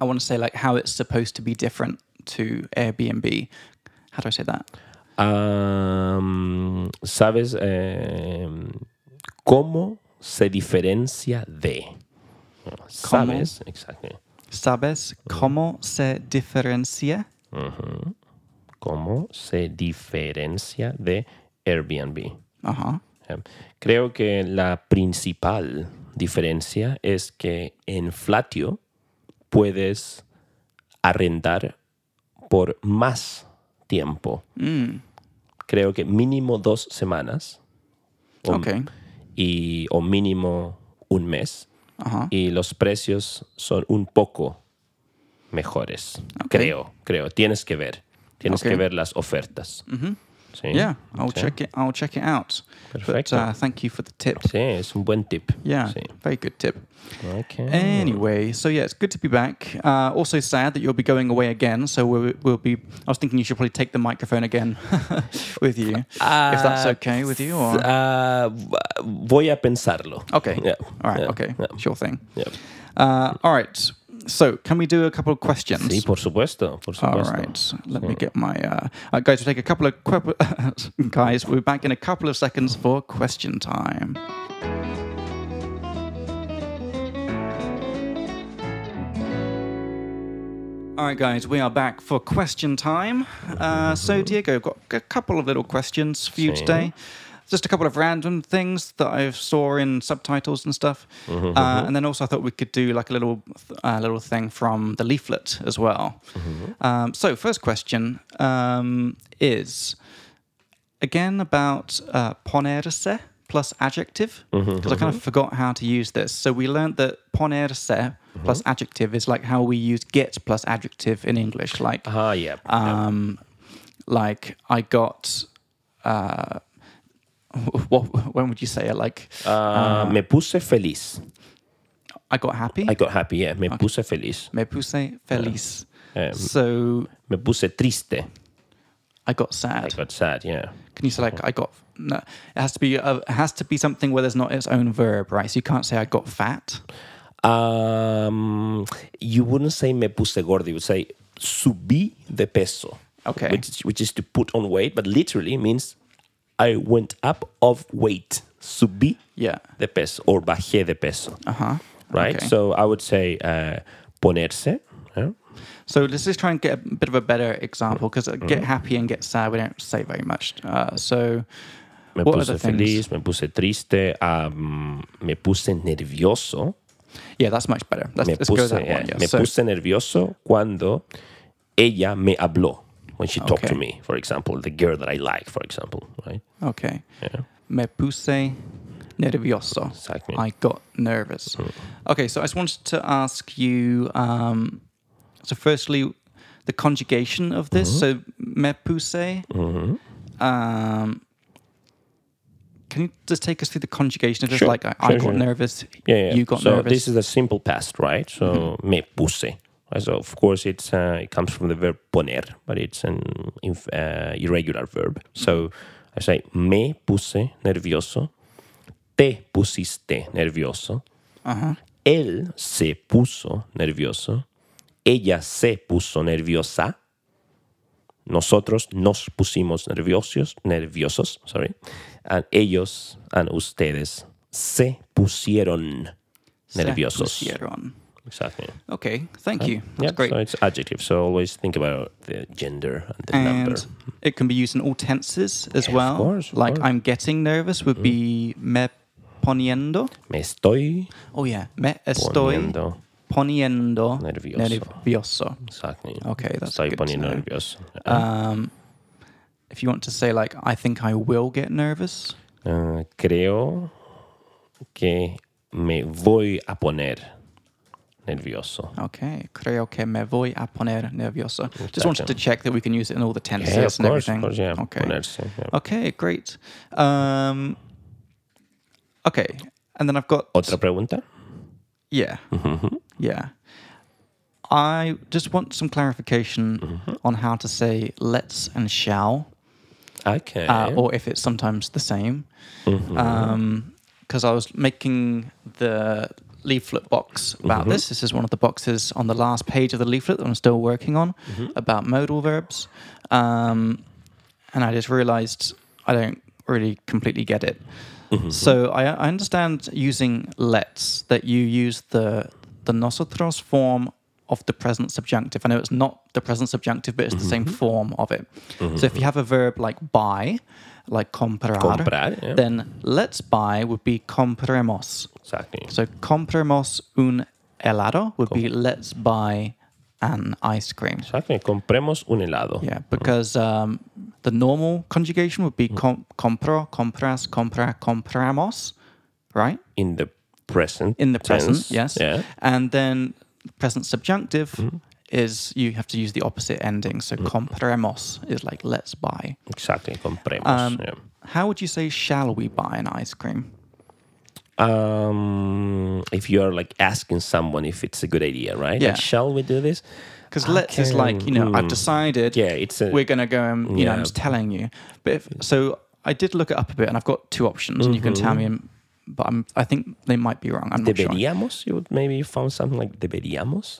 Speaker 1: I want to say like how it's supposed to be different to Airbnb. How do I say that?
Speaker 2: Am, ¿Sabes eh, cómo se diferencia de? ¿Sabes? Exacto.
Speaker 1: ¿Sabes cómo se diferencia?
Speaker 2: ¿Cómo se diferencia de Airbnb?
Speaker 1: Ajá.
Speaker 2: Em, Creo que la principal diferencia es que en Flatio puedes arrendar por más tiempo.
Speaker 1: Mm.
Speaker 2: Creo que mínimo dos semanas. o-
Speaker 1: Ok.
Speaker 2: y, o mínimo un mes.
Speaker 1: Ajá.
Speaker 2: Y los precios son un poco mejores.
Speaker 1: Ok.
Speaker 2: Creo, creo. Tienes que ver. Tienes
Speaker 1: Ok.
Speaker 2: que ver las ofertas. Sí.
Speaker 1: Yeah, I'll
Speaker 2: Sí.
Speaker 1: check it. I'll check it out. But
Speaker 2: Perfecto.
Speaker 1: uh, thank you for the tip.
Speaker 2: Sí, es un buen tip.
Speaker 1: Yeah,
Speaker 2: Sí.
Speaker 1: very good tip.
Speaker 2: Okay.
Speaker 1: Anyway, so yeah, it's good to be back. Uh, also sad that you'll be going away again. So we'll, we'll be. I was thinking you should probably take the microphone again with you, if that's
Speaker 2: Uh,
Speaker 1: okay with you. Or
Speaker 2: Ah, v- voy a pensarlo.
Speaker 1: okay,
Speaker 2: Yeah,
Speaker 1: all right,
Speaker 2: yeah,
Speaker 1: okay,
Speaker 2: yeah,
Speaker 1: sure thing.
Speaker 2: yeah.
Speaker 1: Uh, all right. So can we do a couple of questions?
Speaker 2: Sí, por supuesto, por
Speaker 1: All
Speaker 2: supuesto.
Speaker 1: right, let me get my uh, uh, guys. We'll take a couple of que- guys. We'll be back in a couple of seconds for question time. All right, guys, we are back for question time. Uh, so, Diego, I've got a couple of little questions for you
Speaker 2: Same.
Speaker 1: today. Just a couple of random things that I saw in subtitles and stuff, uh, and then also I thought we could do like a little, uh, little thing from the leaflet as well. Um, so, first question um, is again about uh, ponerse plus adjective because
Speaker 2: Mm-hmm.
Speaker 1: I kind of forgot how to use this. So we learned that ponerse
Speaker 2: Mm-hmm.
Speaker 1: plus adjective is like how we use get plus adjective in English, like
Speaker 2: Ah, yeah.
Speaker 1: um, like I got. Uh, what, when would you say it? Like
Speaker 2: Ah, me puse feliz.
Speaker 1: I got happy.
Speaker 2: I got happy, yeah. Me puse feliz.
Speaker 1: me puse feliz.
Speaker 2: Um,
Speaker 1: so
Speaker 2: Me puse triste.
Speaker 1: I got
Speaker 2: I
Speaker 1: sad.
Speaker 2: got sad, yeah.
Speaker 1: Can you say like I got? No, it has to be. Uh, it has to be something where there's not its own verb, right? So you can't say I got fat.
Speaker 2: Um, you wouldn't say me puse gordo. You would say subí de peso.
Speaker 1: Okay.
Speaker 2: Which is, which is to put on weight, but literally means I went up of weight. Subí
Speaker 1: Yeah.
Speaker 2: de peso or bajé de peso.
Speaker 1: Uh huh.
Speaker 2: right?
Speaker 1: Okay.
Speaker 2: So I would say uh, ponerse. yeah?
Speaker 1: So let's just try and get a bit of a better example
Speaker 2: Mm-hmm.
Speaker 1: because get happy and get sad we don't say very much. Uh, so
Speaker 2: Me
Speaker 1: What
Speaker 2: puse
Speaker 1: other things?
Speaker 2: feliz, me puse triste, um, me puse nervioso.
Speaker 1: yeah, that's much better. Let's,
Speaker 2: Me
Speaker 1: let's
Speaker 2: puse,
Speaker 1: go with that one.
Speaker 2: eh,
Speaker 1: Yeah.
Speaker 2: me
Speaker 1: So,
Speaker 2: puse nervioso cuando ella me habló. When she talked to
Speaker 1: Okay.
Speaker 2: me, for example, the girl that I like, for example, right?
Speaker 1: okay.
Speaker 2: Yeah.
Speaker 1: Me puse nervioso.
Speaker 2: Exactly.
Speaker 1: I got nervous.
Speaker 2: Mm.
Speaker 1: Okay, so I just wanted to ask you. Um, so firstly, the conjugation of this.
Speaker 2: Mm-hmm.
Speaker 1: So me puse. Um, can you just take us through the conjugation of just
Speaker 2: Sure,
Speaker 1: like I, I
Speaker 2: sure,
Speaker 1: got
Speaker 2: sure.
Speaker 1: nervous,
Speaker 2: Yeah, yeah.
Speaker 1: you got
Speaker 2: so
Speaker 1: nervous? Mm-hmm.
Speaker 2: this is a simple past, right? So me puse. So of course it's uh, it comes from the verb poner, but it's an inf- uh, irregular verb. So I say me puse nervioso, te pusiste nervioso,
Speaker 1: Uh-huh.
Speaker 2: él se puso nervioso, ella se puso nerviosa. Nosotros nos pusimos nerviosos, nerviosos, sorry. And ellos and ustedes se pusieron
Speaker 1: Se
Speaker 2: nerviosos.
Speaker 1: pusieron.
Speaker 2: Exactly.
Speaker 1: Okay, thank you. That's
Speaker 2: Yeah,
Speaker 1: great.
Speaker 2: so it's adjective. So always think about the gender and the number.
Speaker 1: and it can be used in all tenses as
Speaker 2: Yeah, of
Speaker 1: well.
Speaker 2: course, of
Speaker 1: like
Speaker 2: course. Mm-hmm.
Speaker 1: I'm getting nervous would be me poniendo.
Speaker 2: Me estoy
Speaker 1: Oh yeah, me estoy
Speaker 2: poniendo
Speaker 1: poniendo
Speaker 2: nervioso.
Speaker 1: nervioso.
Speaker 2: Exactly.
Speaker 1: Okay, that's
Speaker 2: estoy
Speaker 1: good to
Speaker 2: poniendo
Speaker 1: know.
Speaker 2: nervioso.
Speaker 1: Um, if you want to say like I think I will get nervous.
Speaker 2: Uh, creo que me voy a poner nervioso.
Speaker 1: Okay, creo que me voy a poner nervioso. Just wanted to check that we can use it in all the tenses
Speaker 2: Yeah, of
Speaker 1: and
Speaker 2: course,
Speaker 1: everything.
Speaker 2: of course, yeah.
Speaker 1: Okay.
Speaker 2: Ponerse, yeah.
Speaker 1: Okay, great. Um, okay, and then I've got
Speaker 2: Otra Mm-hmm. pregunta.
Speaker 1: Yeah. Yeah. I just want some clarification
Speaker 2: Mm-hmm.
Speaker 1: on how to say let's and shall,
Speaker 2: Okay.
Speaker 1: uh, or if it's sometimes the same. Because
Speaker 2: Mm-hmm.
Speaker 1: Um, I was making the leaflet box about this. This is one of the boxes on the last page of the leaflet that I'm still working on about modal verbs. Um, and I just realized I don't really completely get it. So I, I understand using let's that you use the the nosotros form of the present subjunctive. I know it's not the present subjunctive, but it's the same form of it. So if you have a verb like buy, like comprar,
Speaker 2: Comprar, yeah.
Speaker 1: then let's buy would be compremos.
Speaker 2: Exactly.
Speaker 1: So compremos un helado would be let's buy an ice cream.
Speaker 2: Exactly. Compremos un helado.
Speaker 1: Yeah, because um, the normal conjugation would be
Speaker 2: Mm.
Speaker 1: com- compro, compras, compra, compramos, right?
Speaker 2: In the present.
Speaker 1: In the present,
Speaker 2: tense.
Speaker 1: yes.
Speaker 2: Yeah. Mm-hmm.
Speaker 1: And then present subjunctive is you have to use the opposite ending. So
Speaker 2: Mm.
Speaker 1: compremos is like let's buy.
Speaker 2: Exactly. Compremos.
Speaker 1: Um,
Speaker 2: yeah.
Speaker 1: How would you say shall we buy an ice cream?
Speaker 2: um if you're like asking someone if it's a good idea right
Speaker 1: Yeah.
Speaker 2: like, shall we do this
Speaker 1: Because let's is like you know I've decided
Speaker 2: Hmm. yeah it's a
Speaker 1: we're gonna go and you know I'm
Speaker 2: Yeah.
Speaker 1: just telling you. But if so, I did look it up a bit, and I've got two options, and you can tell me. But I'm, I think Mm-hmm. they might be wrong. I'm not sure.
Speaker 2: deberíamos you would maybe found something like deberíamos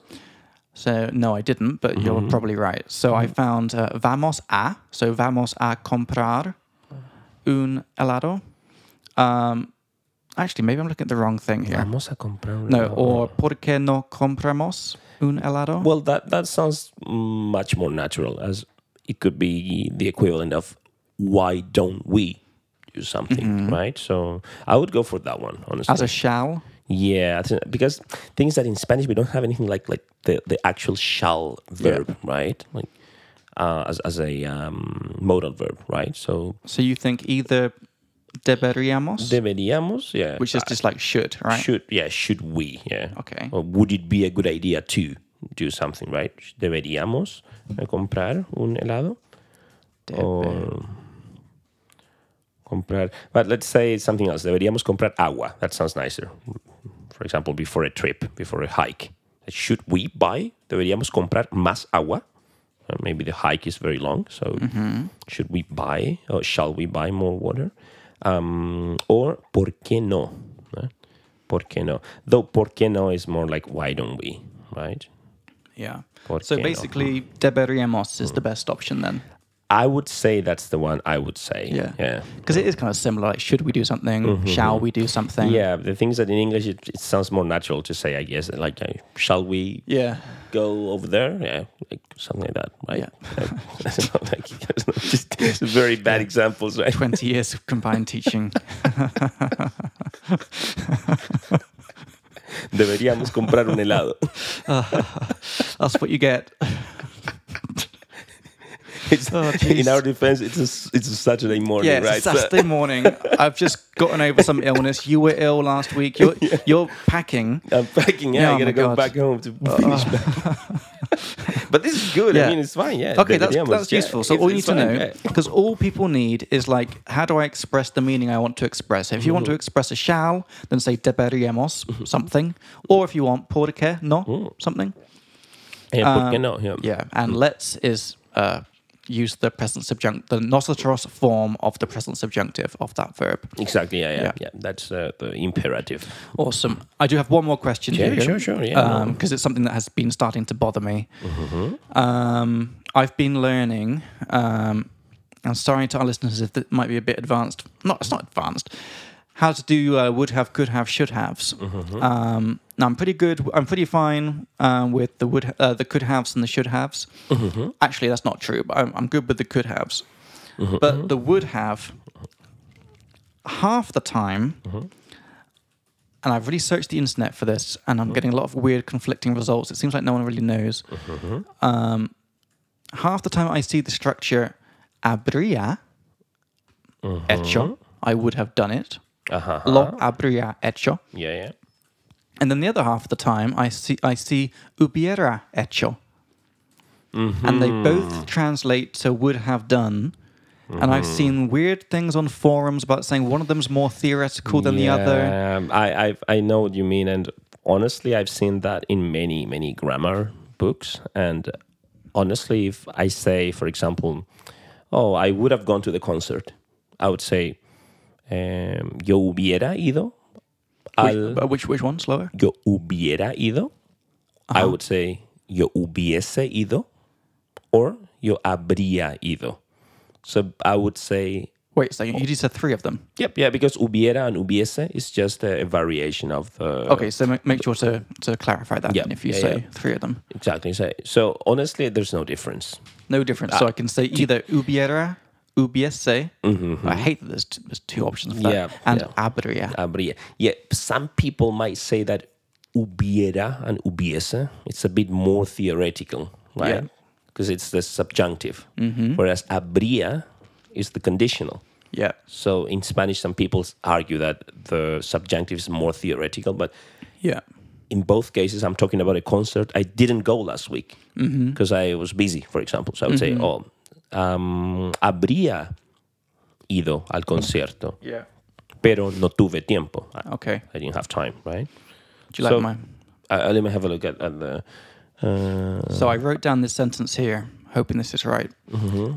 Speaker 1: So no, I didn't, but you're probably right. So I found uh, vamos a, so vamos a comprar un helado. Um, actually, maybe I'm looking at the wrong thing here.
Speaker 2: vamos a comprar un
Speaker 1: Mm-hmm. No,
Speaker 2: helado.
Speaker 1: or por qué no compramos un helado?
Speaker 2: well that that sounds much more natural as it could be the equivalent of why don't we do something right so i would go for that one honestly
Speaker 1: As a shall,
Speaker 2: Yeah, I think- because things that in Spanish we don't have anything like like the, the actual shall verb, right? Like uh, as as a um, modal verb, right? So
Speaker 1: so you think either deberíamos,
Speaker 2: deberíamos, yeah,
Speaker 1: which is
Speaker 2: uh,
Speaker 1: just like should, Oh, right?
Speaker 2: should yeah should we yeah
Speaker 1: Okay.
Speaker 2: or would it be a good idea to do something right? Deberíamos eh, comprar un helado or comprar. But let's say it's something else. Deberíamos comprar agua. That sounds nicer. For example, before a trip, before a hike. Should we buy? Deberíamos comprar más agua. Uh, Maybe the hike is very long, so
Speaker 1: Mm-hmm.
Speaker 2: should we buy or shall we buy more water? Um, or por qué no? Uh, Por qué no? Though por qué no is more like why don't we, right?
Speaker 1: Yeah.
Speaker 2: Por
Speaker 1: So
Speaker 2: qué no?
Speaker 1: basically, deberíamos is the best option then.
Speaker 2: I would say that's the one I would say.
Speaker 1: Yeah.
Speaker 2: Yeah.
Speaker 1: Because it is kind of similar. Like, should we do something? Shall we do something?
Speaker 2: Mm-hmm. Yeah, the things that in English it, it sounds more natural to say, I guess. Like, uh, shall we
Speaker 1: Yeah.
Speaker 2: go over there? Yeah, like something like that, right?
Speaker 1: Yeah.
Speaker 2: Like, like, it's not just it's very bad examples, right?
Speaker 1: 20 years of combined teaching.
Speaker 2: Deberíamos comprar un helado.
Speaker 1: Oh, That's what you get.
Speaker 2: It's,
Speaker 1: Oh,
Speaker 2: in
Speaker 1: jeez.
Speaker 2: our defense, it's a, s- it's a Saturday morning,
Speaker 1: Yeah, it's
Speaker 2: right?
Speaker 1: a
Speaker 2: So-
Speaker 1: Saturday morning. I've just gotten over some illness. You were ill last week. You're, you're packing. Ah,
Speaker 2: I'm packing. Yeah,
Speaker 1: Yeah, oh my
Speaker 2: I gotta go
Speaker 1: God. Oh.
Speaker 2: back home to finish. back. but this is good.
Speaker 1: Yeah.
Speaker 2: I mean, it's fine. Yeah.
Speaker 1: Okay, that's,
Speaker 2: deberíamos,
Speaker 1: that's
Speaker 2: yeah,
Speaker 1: useful. So
Speaker 2: it's-
Speaker 1: all you need
Speaker 2: it's
Speaker 1: to
Speaker 2: fine,
Speaker 1: know,
Speaker 2: yeah.
Speaker 1: because all people need is like, how do I express the meaning I want to express? If you want to
Speaker 2: Mm-hmm.
Speaker 1: express a shall, then say deberíamos, something. Or if you want por qué
Speaker 2: Mm.
Speaker 1: no, something.
Speaker 2: Yeah, por qué no? Yeah.
Speaker 1: um, Yeah, and let's is uh, use the present subjunct, the nosotros form of the present subjunctive of that verb.
Speaker 2: Exactly. Yeah, yeah,
Speaker 1: Yeah.
Speaker 2: yeah. That's uh, the imperative.
Speaker 1: Awesome. I do have one more question
Speaker 2: Yeah,
Speaker 1: here.
Speaker 2: sure, sure, yeah, no. Mm-hmm.
Speaker 1: Because it's something that has been starting to bother me. Um, I've been learning. Um, I'm sorry to our listeners if that might be a bit advanced. Not, it's not advanced. How to do uh, would have, could have, should haves.
Speaker 2: Mm-hmm.
Speaker 1: Um, now I'm pretty good. I'm pretty fine um, with the would, uh, the could haves and the should haves.
Speaker 2: Mm-hmm.
Speaker 1: Actually, that's not true. But I'm, I'm good with the could haves.
Speaker 2: Mm-hmm.
Speaker 1: But the would have, half the time, and I've really searched the internet for this, and I'm getting a lot of weird, conflicting results. It seems like no one really knows. Um, half the time I see the structure "habría hecho," I would have done it.
Speaker 2: Uh-huh.
Speaker 1: Lo habría hecho,
Speaker 2: Yeah, yeah.
Speaker 1: and then the other half of the time I see I see "hubiera hecho," and they both translate to "would have done." And I've seen weird things on forums about saying one of them's more theoretical than the other.
Speaker 2: Um, I, I I know what you mean, and honestly, I've seen that in many many grammar books. And honestly, if I say, for example, "Oh, I would have gone to the concert," I would say, um, "Yo hubiera ido al
Speaker 1: Which, uh, which which one? Slower.
Speaker 2: yo hubiera ido."
Speaker 1: Uh-huh.
Speaker 2: I would say "Yo hubiese ido" or "Yo habría ido." So I would say
Speaker 1: Wait oh. a second. You just said three of them.
Speaker 2: Yep, yeah, because hubiera and hubiese is just a, a variation of the.
Speaker 1: Okay, so ma- make sure to, to clarify that
Speaker 2: Uh, Yeah,
Speaker 1: if you
Speaker 2: yeah,
Speaker 1: say
Speaker 2: yeah.
Speaker 1: three of them.
Speaker 2: Exactly. So, so honestly, there's no difference.
Speaker 1: No difference.
Speaker 2: Uh,
Speaker 1: so I can say either ubiera, ubiese. I hate that there's, t- there's two options for that.
Speaker 2: Mm-hmm, Yeah,
Speaker 1: and
Speaker 2: yeah.
Speaker 1: abria.
Speaker 2: Habría. Ah, Yeah, some people might say that hubiera and hubiese, it's a bit more theoretical, right?
Speaker 1: Yeah. Mm-hmm.
Speaker 2: Because it's the subjunctive, whereas habría is the conditional.
Speaker 1: yeah.
Speaker 2: So in Spanish, some people argue that the subjunctive is more theoretical, but
Speaker 1: Yeah.
Speaker 2: in both cases, I'm talking about a concert I didn't go last week
Speaker 1: Mm-hmm.
Speaker 2: because I was busy, for example. So I would say, oh, um, habría ido al concierto,
Speaker 1: Yeah.
Speaker 2: pero no tuve tiempo. I,
Speaker 1: Okay.
Speaker 2: I didn't have time, right?
Speaker 1: Do you
Speaker 2: So-
Speaker 1: like mine?
Speaker 2: I, I, let me have a look at, at the. Uh, Mm-hmm.
Speaker 1: So I wrote down this sentence here, hoping this is right.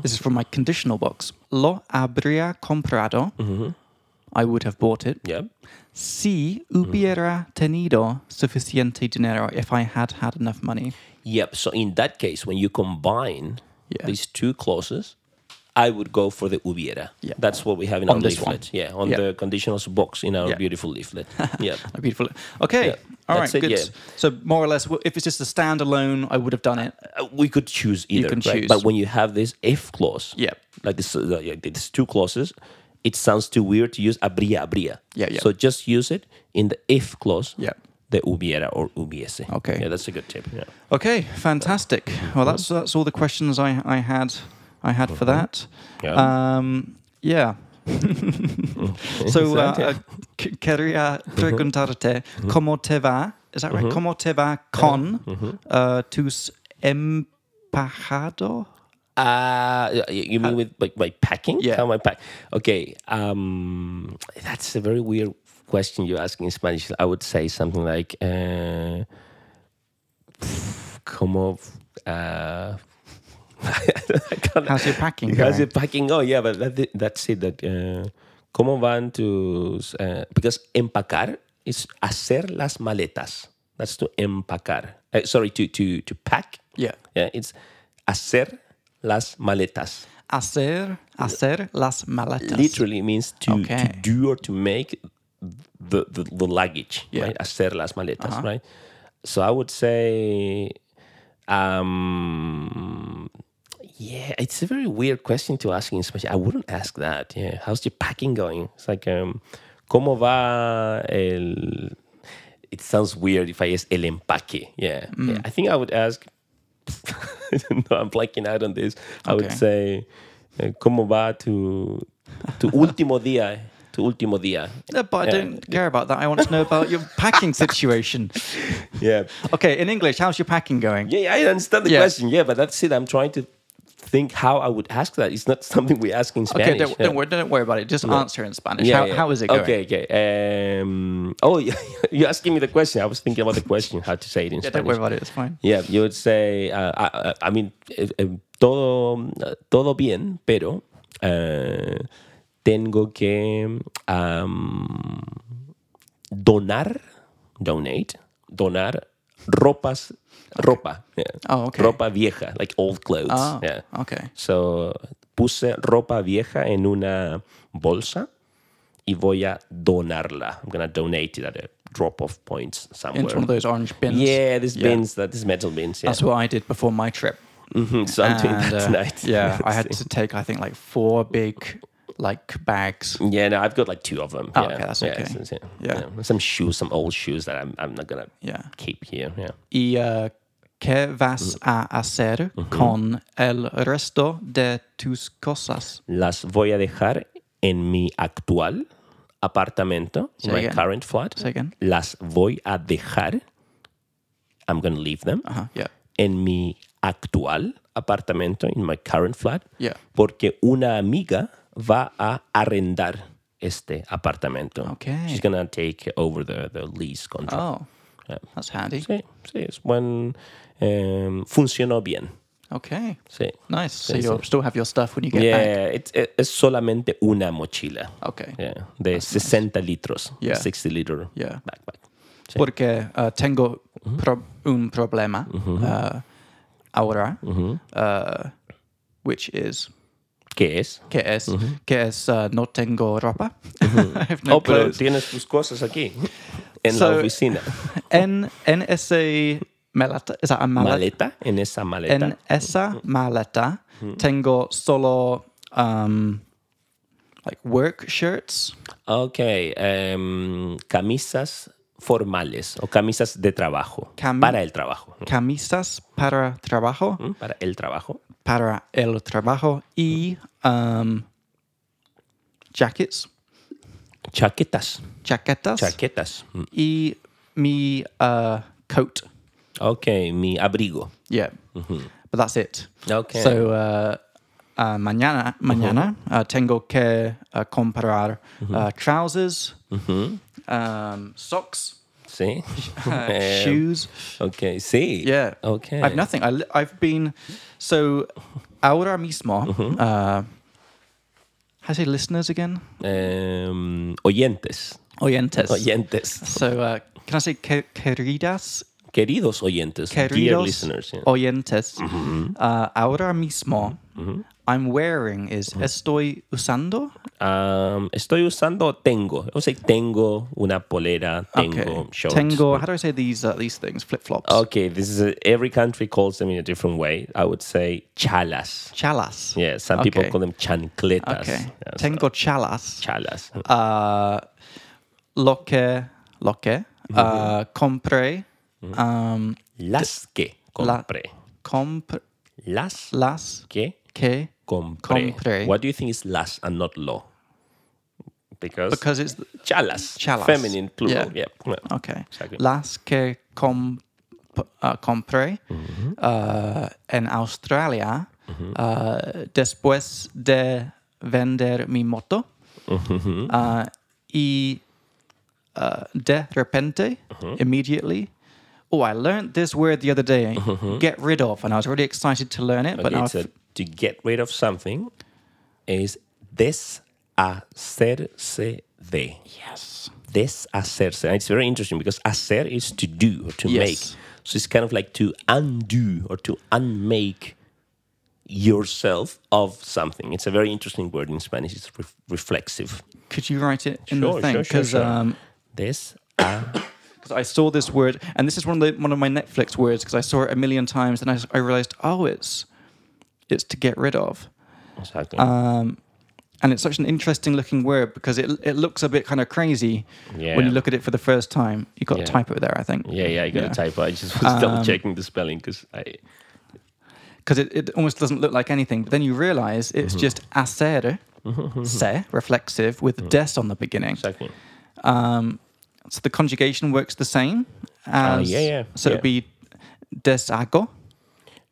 Speaker 1: This is from my conditional box. Lo habría comprado.
Speaker 2: Mm-hmm.
Speaker 1: I would have bought it.
Speaker 2: yeah.
Speaker 1: Si
Speaker 2: Mm-hmm.
Speaker 1: hubiera tenido suficiente dinero, if I had had enough money.
Speaker 2: Yep. So in that case, when you combine
Speaker 1: Yeah.
Speaker 2: these two clauses, I would go for the hubiera.
Speaker 1: Yeah.
Speaker 2: That's what we have in
Speaker 1: On
Speaker 2: our
Speaker 1: this one.
Speaker 2: leaflet. Yeah, on
Speaker 1: Yeah.
Speaker 2: the conditionals box in our
Speaker 1: Yeah.
Speaker 2: beautiful leaflet. yeah.
Speaker 1: A beautiful. Okay.
Speaker 2: Yeah,
Speaker 1: All right.
Speaker 2: that's it,
Speaker 1: Good.
Speaker 2: yeah.
Speaker 1: So more or less, w- if it's just a standalone, I would have done it.
Speaker 2: Uh, We could choose either.
Speaker 1: can
Speaker 2: right?
Speaker 1: choose.
Speaker 2: But when you have this if clause,
Speaker 1: Yeah.
Speaker 2: like this, uh, like these two clauses, it sounds too weird to use habría, habría.
Speaker 1: Yeah, yeah.
Speaker 2: So just use it in the if clause.
Speaker 1: Yeah.
Speaker 2: The hubiera or hubiese.
Speaker 1: Okay.
Speaker 2: Yeah, that's a good tip. Yeah.
Speaker 1: Okay. Fantastic. Well, that's that's all the questions I I had I had for that.
Speaker 2: Yeah.
Speaker 1: Um, yeah. so, uh, uh, qu- quería preguntarte
Speaker 2: Mm-hmm.
Speaker 1: cómo te va. Is that right? Cómo te va con
Speaker 2: Mm-hmm.
Speaker 1: uh, tus empajado?
Speaker 2: Uh, y- you mean with like, like packing?
Speaker 1: Yeah.
Speaker 2: How am I pack? Okay. Um, that's a very weird question you ask in Spanish. I would say something like, uh, "Como." Uh, I can't-
Speaker 1: How's your packing?
Speaker 2: How's
Speaker 1: going?
Speaker 2: it packing? Oh, yeah, but that, that's it. That uh, cómo van tus uh, because empacar is hacer las maletas. That's to empacar. Uh, sorry, to to to pack.
Speaker 1: Yeah.
Speaker 2: Yeah, it's hacer las maletas.
Speaker 1: Hacer, hacer las maletas.
Speaker 2: Literally means to, to
Speaker 1: Okay.
Speaker 2: do or to make the, the, the luggage,
Speaker 1: Yeah. Uh-huh.
Speaker 2: right? Hacer las maletas, right? So I would say, um, yeah, it's a very weird question to ask in Spanish. I wouldn't ask that. Yeah, how's your packing going? It's like, um, ¿cómo va el? It sounds weird if I ask el empaque. Yeah,
Speaker 1: Mm.
Speaker 2: yeah I think I would ask. no, I'm blanking out on this. I would
Speaker 1: Okay.
Speaker 2: say, uh, ¿cómo va tu tu último día? Tu último día.
Speaker 1: No, but I
Speaker 2: Yeah.
Speaker 1: don't care about that. I want to know about your packing situation.
Speaker 2: Yeah.
Speaker 1: Okay, in English, how's your packing going?
Speaker 2: Yeah, yeah, I understand the
Speaker 1: Yeah.
Speaker 2: question. Yeah, but that's it. I'm trying to think how I would ask that. It's not something we ask in Spanish.
Speaker 1: Okay, don't,
Speaker 2: yeah.
Speaker 1: don't, worry, don't worry about it. Just answer in Spanish.
Speaker 2: Yeah,
Speaker 1: how,
Speaker 2: yeah.
Speaker 1: how is it going?
Speaker 2: Okay, okay. Um, oh, yeah, you're asking me the question. I was thinking about the question, how to say it in
Speaker 1: Yeah,
Speaker 2: Spanish.
Speaker 1: don't worry about it. It's fine.
Speaker 2: Yeah, you would say, uh, I, I- I mean, eh, eh, todo, todo bien, pero eh, tengo que um, donar, donate, donar ropas, ropa. yeah.
Speaker 1: Oh, okay.
Speaker 2: Ropa vieja, like old clothes.
Speaker 1: Oh,
Speaker 2: yeah.
Speaker 1: okay.
Speaker 2: So, puse ropa vieja en una bolsa y voy a donarla. I'm going to donate it at a drop-off point somewhere.
Speaker 1: Into one of those orange bins.
Speaker 2: Yeah, these
Speaker 1: Yeah.
Speaker 2: bins, that these metal bins. Yeah,
Speaker 1: That's what I did before my trip.
Speaker 2: Mhm, so I'm doing that
Speaker 1: uh,
Speaker 2: tonight.
Speaker 1: Yeah, I had to take I think like four big like bags.
Speaker 2: Yeah, no, I've got like two of them.
Speaker 1: Oh,
Speaker 2: yeah.
Speaker 1: okay, that's
Speaker 2: yeah,
Speaker 1: okay.
Speaker 2: so- so-
Speaker 1: Yeah.
Speaker 2: some shoes, some old shoes that I'm, I'm not gonna
Speaker 1: Yeah.
Speaker 2: keep here. Yeah,
Speaker 1: Y uh, qué vas
Speaker 2: Mm.
Speaker 1: a hacer
Speaker 2: Mm-hmm.
Speaker 1: con el resto de tus cosas?
Speaker 2: las voy a dejar en mi actual apartamento, in my
Speaker 1: again.
Speaker 2: current flat.
Speaker 1: Say again.
Speaker 2: Las voy a dejar. I'm gonna leave them
Speaker 1: Uh-huh. Yeah.
Speaker 2: en mi actual apartamento, in my current flat.
Speaker 1: Yeah.
Speaker 2: porque una amiga va a arrendar este apartamento.
Speaker 1: Okay.
Speaker 2: She's gonna take over the, the lease contract.
Speaker 1: Oh,
Speaker 2: Yeah.
Speaker 1: that's handy.
Speaker 2: Sí, sí, es buen. em, funcionó bien.
Speaker 1: Okay.
Speaker 2: Sí.
Speaker 1: Nice. So
Speaker 2: Sí,
Speaker 1: you will still have your stuff when you get back.
Speaker 2: Yeah, it's- es, es solamente una mochila.
Speaker 1: Okay.
Speaker 2: Yeah, de 60 litros.
Speaker 1: Ah, Yeah.
Speaker 2: 60 liter
Speaker 1: Yeah.
Speaker 2: backpack. Sí.
Speaker 1: Porque uh, tengo
Speaker 2: Mm-hmm.
Speaker 1: pro- un problema
Speaker 2: Mm-hmm.
Speaker 1: uh, ahora, uh, which is
Speaker 2: ¿Qué es?
Speaker 1: ¿Qué es? ¿Qué es? uh, no tengo ropa. I have no
Speaker 2: Mm-hmm. Oh, pero
Speaker 1: clothes.
Speaker 2: tienes tus cosas aquí, en la
Speaker 1: So- ah,
Speaker 2: oficina.
Speaker 1: En, en ese maleta, is that a maleta?
Speaker 2: ¿Maleta? En esa maleta. Mm-hmm.
Speaker 1: En esa maleta tengo solo um, like work shirts.
Speaker 2: Mm-hmm. Ok, em, camisas formales o camisas de trabajo.
Speaker 1: Cami-
Speaker 2: para el trabajo. ¿no?
Speaker 1: camisas para trabajo,
Speaker 2: ¿Mm? Para el trabajo.
Speaker 1: para el trabajo y um, jackets,
Speaker 2: Chaquetas.
Speaker 1: chaquetas
Speaker 2: Chaquetas. Mm.
Speaker 1: y mi uh, coat.
Speaker 2: Ok, mi abrigo.
Speaker 1: Yeah, but that's it.
Speaker 2: Ok.
Speaker 1: So uh, uh, mañana, mañana uh, tengo que uh, comprar uh, trousers, um, socks,
Speaker 2: sí.
Speaker 1: uh,
Speaker 2: Em,
Speaker 1: shoes.
Speaker 2: Ok, sí.
Speaker 1: Yeah.
Speaker 2: Ok.
Speaker 1: I have nothing. I, li- I've been so ahora mismo. Uh, how do I say listeners again?
Speaker 2: Em, oyentes. Oh,
Speaker 1: Oyentes.
Speaker 2: Oyentes.
Speaker 1: So uh, can I say que- queridas?
Speaker 2: Queridos oyentes. Dear
Speaker 1: Queridos
Speaker 2: listeners. yeah. Mm-hmm.
Speaker 1: oyentes. Uh, ahora mismo, I'm wearing is
Speaker 2: Mm-hmm.
Speaker 1: estoy usando.
Speaker 2: Um, estoy usando tengo. O sea, tengo una polera, tengo shorts. Oh,
Speaker 1: Tengo. How do I say these uh, these things? Flip flops.
Speaker 2: Okay, this is a, every country calls them in a different way. I would say chalas.
Speaker 1: chalas.
Speaker 2: Yeah, some people
Speaker 1: Okay.
Speaker 2: call them chancletas.
Speaker 1: Okay.
Speaker 2: Yeah, so
Speaker 1: Tengo chalas.
Speaker 2: chalas.
Speaker 1: uh, lo que lo que
Speaker 2: Mm-hmm.
Speaker 1: uh, compré um,
Speaker 2: las que
Speaker 1: la-
Speaker 2: compré.
Speaker 1: comp
Speaker 2: las
Speaker 1: las
Speaker 2: que
Speaker 1: que
Speaker 2: compré.
Speaker 1: Compré.
Speaker 2: What do you think is las and not lo? Because,
Speaker 1: because it's
Speaker 2: chalas,
Speaker 1: Chalas.
Speaker 2: feminine plural. Yeah.
Speaker 1: okay
Speaker 2: Exactly.
Speaker 1: las que com, uh, compré
Speaker 2: Mm-hmm.
Speaker 1: uh, en Australia uh, después de vender mi moto
Speaker 2: Mm-hmm.
Speaker 1: uh, y uh, de repente
Speaker 2: Mm-hmm.
Speaker 1: immediately oh I learned this word the other day
Speaker 2: Mm-hmm.
Speaker 1: get rid of and I was really excited to learn it but now
Speaker 2: it's
Speaker 1: I've-
Speaker 2: a, to get rid of something is deshacerse de.
Speaker 1: yes
Speaker 2: deshacerse. And it's very interesting because hacer is to do or to
Speaker 1: Yes.
Speaker 2: make. So it's kind of like to undo or to unmake yourself of something. It's a very interesting word in Spanish. It's re- reflexive.
Speaker 1: could you write it in
Speaker 2: Sure,
Speaker 1: the thing
Speaker 2: sure, sure, sure.
Speaker 1: um,
Speaker 2: This.
Speaker 1: because I saw this word, and this is one of the, one of my Netflix words because I saw it a million times, and I, I realized, oh, it's it's to get rid of,
Speaker 2: Exactly.
Speaker 1: and it's such an interesting looking word because it it looks a bit kind of crazy when
Speaker 2: Yeah.
Speaker 1: you look at it for the first time. You got
Speaker 2: Yeah.
Speaker 1: to type it there, I think.
Speaker 2: yeah, yeah, I got a typo. I just was
Speaker 1: Um,
Speaker 2: double checking the spelling because I.
Speaker 1: because it, it almost doesn't look like anything. But then you realize it's
Speaker 2: Mm-hmm.
Speaker 1: just hacer, se, reflexive with
Speaker 2: Mm.
Speaker 1: des on the beginning.
Speaker 2: Exactly.
Speaker 1: Um, so the conjugation works the same. As,
Speaker 2: Oh, yeah, yeah,
Speaker 1: So
Speaker 2: yeah.
Speaker 1: it'd be deshago.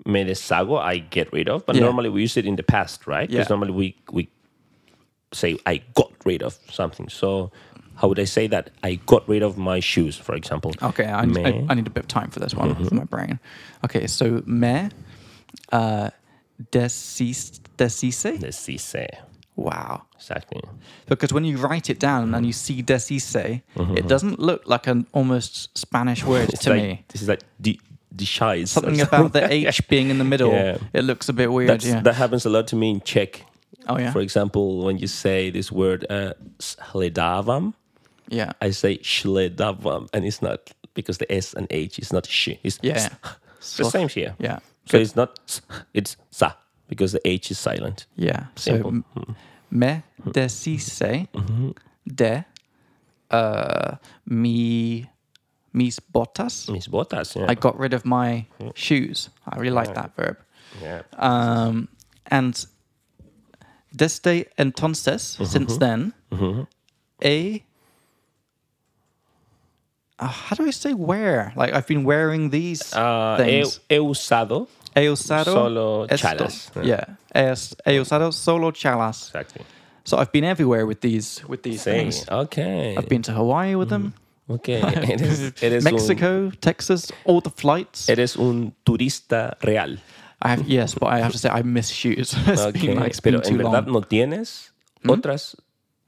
Speaker 2: Me deshago, I get rid of. But
Speaker 1: Yeah.
Speaker 2: normally we use it in the past, right? Because
Speaker 1: Yeah.
Speaker 2: normally we, we say, I got rid of something. So how would I say that? I got rid of my shoes, for example.
Speaker 1: Okay, I, I,
Speaker 2: Me-
Speaker 1: I need a bit of time for this one
Speaker 2: Mm-hmm.
Speaker 1: for my brain. Okay, so me uh, desis, desise.
Speaker 2: Deshice.
Speaker 1: Wow.
Speaker 2: Exactly.
Speaker 1: Because when you write it down
Speaker 2: Mm-hmm.
Speaker 1: and you see desise, it doesn't look like an almost Spanish word
Speaker 2: It's
Speaker 1: to
Speaker 2: like,
Speaker 1: me.
Speaker 2: This is like the the shies. or
Speaker 1: Something about the H being in the middle,
Speaker 2: Yeah.
Speaker 1: it looks a bit weird.
Speaker 2: That's,
Speaker 1: yeah.
Speaker 2: That happens a lot to me in Czech.
Speaker 1: oh, yeah.
Speaker 2: For example, when you say this word uh, shledavam,
Speaker 1: yeah.
Speaker 2: I say shledavam, and it's not because the S and H is not sh. It's
Speaker 1: Yeah.
Speaker 2: s- the same here.
Speaker 1: Yeah.
Speaker 2: So it's not s, it's sa because the H is silent.
Speaker 1: Yeah.
Speaker 2: Simple. Mm-hmm.
Speaker 1: So m- me desise de uh, mi, mis botas.
Speaker 2: Mis botas. Yeah.
Speaker 1: I got rid of my shoes. I really like that verb.
Speaker 2: yeah.
Speaker 1: Um, and desde entonces,
Speaker 2: Mm-hmm.
Speaker 1: since then, a. Uh, how do I say wear? Like I've been wearing these
Speaker 2: Uh, he,
Speaker 1: things.
Speaker 2: he usado.
Speaker 1: He usado
Speaker 2: solo
Speaker 1: esto.
Speaker 2: chalas.
Speaker 1: Yeah. Es- He usado solo chalas.
Speaker 2: Exactly.
Speaker 1: So I've been everywhere with these with these
Speaker 2: Say,
Speaker 1: things.
Speaker 2: okay.
Speaker 1: I've been to Hawaii with them,
Speaker 2: Okay. It is, Mm-hmm. it is
Speaker 1: Mexico, Texas, all the flights.
Speaker 2: Eres un turista real.
Speaker 1: I have, yes, but I have to say I miss shoes. It's
Speaker 2: Okay.
Speaker 1: been like it's
Speaker 2: pero
Speaker 1: been
Speaker 2: en
Speaker 1: too long.
Speaker 2: verdad
Speaker 1: Hmm?
Speaker 2: no tienes otras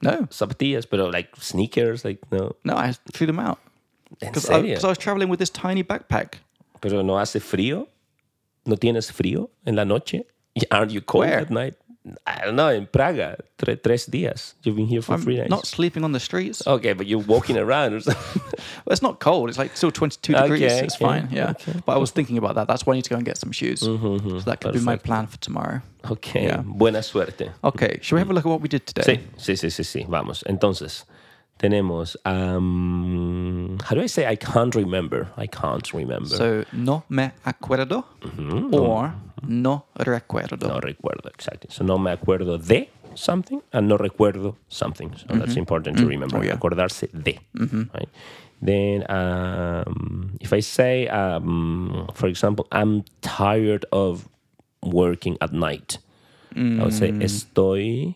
Speaker 1: No,
Speaker 2: zapatillas, pero like sneakers, like no.
Speaker 1: no, I threw them out
Speaker 2: En
Speaker 1: because I,
Speaker 2: serio.
Speaker 1: 'cause I was traveling with this tiny backpack.
Speaker 2: Pero no hace frío. No tienes frío en la noche. Aren't you cold
Speaker 1: Where?
Speaker 2: at night? I don't know, in Praga, tre- tres días. You've been here for
Speaker 1: I'm
Speaker 2: three days. Oh.
Speaker 1: not sleeping on the streets.
Speaker 2: okay, but you're walking around or something.
Speaker 1: Well, It's not cold. It's like still 22
Speaker 2: Okay,
Speaker 1: degrees. It's
Speaker 2: okay, Mm-hmm,
Speaker 1: fine. Yeah. But I was thinking about that. That's why I need to go and get some shoes. So that could be my plan for tomorrow.
Speaker 2: Okay,
Speaker 1: Yeah.
Speaker 2: buena suerte.
Speaker 1: Okay. Should we have a look at what we did today?
Speaker 2: Sí, sí, sí, sí, sí, vamos. Entonces, tenemos. Um, how do I say I can't remember? I can't remember.
Speaker 1: So, no me acuerdo
Speaker 2: Mm-hmm.
Speaker 1: or no recuerdo.
Speaker 2: no recuerdo, exactly. So, no me acuerdo de something and no recuerdo something. So, that's important to remember.
Speaker 1: Oh, yeah.
Speaker 2: Acordarse de. Right? Then, um, if I say, um, for example, I'm tired of working at night, I
Speaker 1: Mm.
Speaker 2: would say, estoy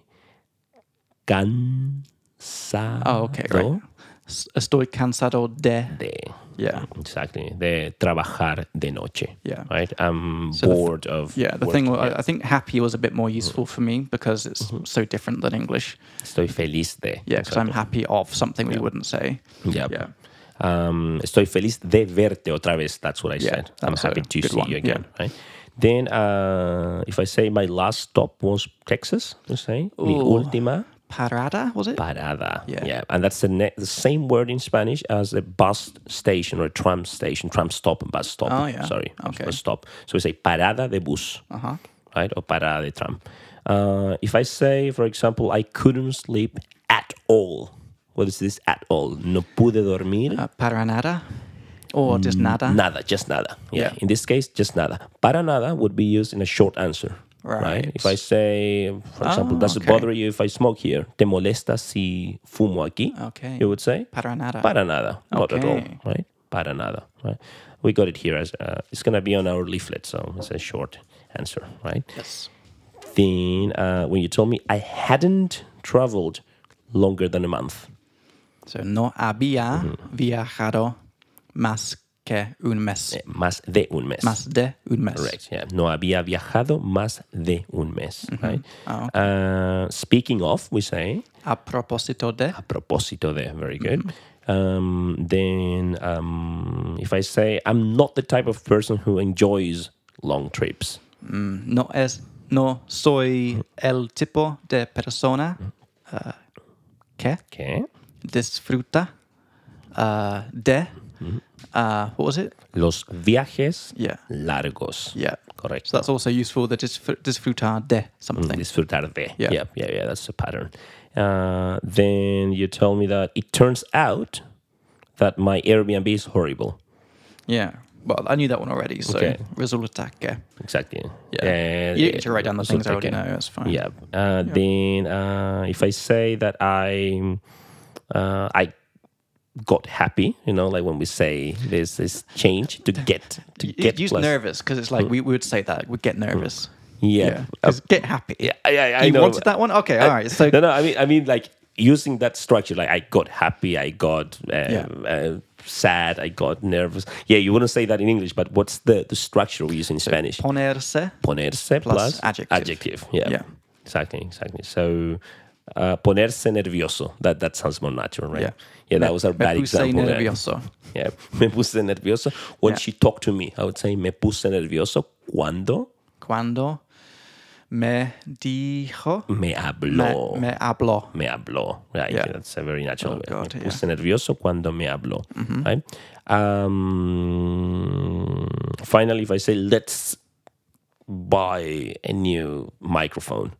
Speaker 2: cansado.
Speaker 1: Oh, okay. Right. S- Estoy cansado de.
Speaker 2: de
Speaker 1: Yeah.
Speaker 2: exactly de trabajar de noche
Speaker 1: Yeah.
Speaker 2: right i'm
Speaker 1: the th-
Speaker 2: bored of
Speaker 1: Yeah. The
Speaker 2: work.
Speaker 1: thing, wa- I I think happy was a bit more useful for me because it's so different than English.
Speaker 2: estoy feliz de
Speaker 1: Yeah. Because I'm happy of something we wouldn't say.
Speaker 2: yeah.
Speaker 1: Yeah.
Speaker 2: Um, estoy feliz de verte otra vez that's what i
Speaker 1: Yeah,
Speaker 2: said i'm
Speaker 1: that's
Speaker 2: happy
Speaker 1: a
Speaker 2: to
Speaker 1: good
Speaker 2: see
Speaker 1: one,
Speaker 2: you again right then uh, if i say my last stop was texas you say mi
Speaker 1: Ooh.
Speaker 2: última
Speaker 1: Parada, was it?
Speaker 2: parada
Speaker 1: Yeah.
Speaker 2: and that's the, ne- the same word in spanish as a bus station or a tram station tram stop and bus stop
Speaker 1: Oh, yeah.
Speaker 2: sorry
Speaker 1: Okay.
Speaker 2: bus stop so we say parada de bus
Speaker 1: Uh huh.
Speaker 2: right? Or parada de tram. Uh, if I say, for example, I couldn't sleep at all, what is this at all? No pude dormir.
Speaker 1: Uh, para nada or just nada.
Speaker 2: Nada, just nada. Yeah.
Speaker 1: Yeah.
Speaker 2: In this case, just nada. Para nada would be used in a short answer. Right.
Speaker 1: Right.
Speaker 2: If I say, for example,
Speaker 1: Ah,
Speaker 2: does it
Speaker 1: okay.
Speaker 2: bother you if I smoke here? Te molesta si fumo aquí?
Speaker 1: Okay.
Speaker 2: You would say?
Speaker 1: Para nada.
Speaker 2: Para nada. Not at all.
Speaker 1: Oh. Okay.
Speaker 2: Right? Para nada. Right? We got it here. As uh, It's going to be on our leaflet, so it's a short answer. Right?
Speaker 1: Yes.
Speaker 2: then uh, when you told me I hadn't traveled longer than a month.
Speaker 1: So no había viajado más que un mes.
Speaker 2: eh, Más de un mes.
Speaker 1: Más de un mes.
Speaker 2: Correct. Yeah. No había viajado más de un mes. Right.
Speaker 1: Ah,
Speaker 2: Uh, speaking of, we say
Speaker 1: A propósito de.
Speaker 2: a propósito de. Very good. Um, then um, if I say I'm not the type of person who enjoys long trips.
Speaker 1: um, No es. No soy el tipo de persona uh, que
Speaker 2: Okay.
Speaker 1: disfruta uh, de.
Speaker 2: Mm-hmm.
Speaker 1: Uh, what was it?
Speaker 2: Los viajes
Speaker 1: Yeah.
Speaker 2: largos.
Speaker 1: Yeah.
Speaker 2: Correct.
Speaker 1: So that's also useful. The disf- disfrutar de something.
Speaker 2: Disfrutar de.
Speaker 1: Yeah.
Speaker 2: yeah, yeah, yeah, That's the pattern. Uh, then you tell me that it turns out that my Airbnb is horrible.
Speaker 1: Yeah. Well, I knew that one already. So
Speaker 2: Mm-hmm. Okay. Uh,
Speaker 1: resulta que.
Speaker 2: Exactly.
Speaker 1: Yeah.
Speaker 2: Uh,
Speaker 1: you don't need to write down the
Speaker 2: it's
Speaker 1: things I
Speaker 2: okay.
Speaker 1: already know. That's fine.
Speaker 2: Yeah. Uh, Then uh, if I say that I, uh, I got happy, you know, like when we say there's this change to get to
Speaker 1: You
Speaker 2: get
Speaker 1: use
Speaker 2: plus- Mm-hmm.
Speaker 1: nervous because it's like we, we would say that we'd get nervous.
Speaker 2: Yeah. Uh,
Speaker 1: 'Cause get happy.
Speaker 2: Yeah. I, I, I
Speaker 1: you
Speaker 2: know. Uh,
Speaker 1: wanted that one. Okay. All right. So
Speaker 2: no, no. I mean, I mean, like using that structure. Like, I got happy. I got uh, uh, sad. I got nervous. Yeah, you wouldn't say that in English, but what's the the structure we use in Spanish?
Speaker 1: ponerse.
Speaker 2: Ponerse plus,
Speaker 1: adjective.
Speaker 2: Adjective. Yeah.
Speaker 1: Yeah.
Speaker 2: Exactly. Exactly. So. Uh, ponerse nervioso. That that sounds more natural, right?
Speaker 1: Yeah.
Speaker 2: Yeah, that was our bad
Speaker 1: me puse
Speaker 2: example. there.
Speaker 1: nervioso.
Speaker 2: Yeah, me puse nervioso. When she talked to me, I would say me puse nervioso cuando
Speaker 1: Cuando me dijo.
Speaker 2: me
Speaker 1: Me,
Speaker 2: habló.
Speaker 1: me habló.
Speaker 2: me habló. Right?
Speaker 1: Yeah. Oh,
Speaker 2: That's a very natural way.
Speaker 1: God,
Speaker 2: me
Speaker 1: yeah. Mm-hmm.
Speaker 2: puse nervioso cuando me habló. Right? Um, finally, if I say, let's buy a new microphone.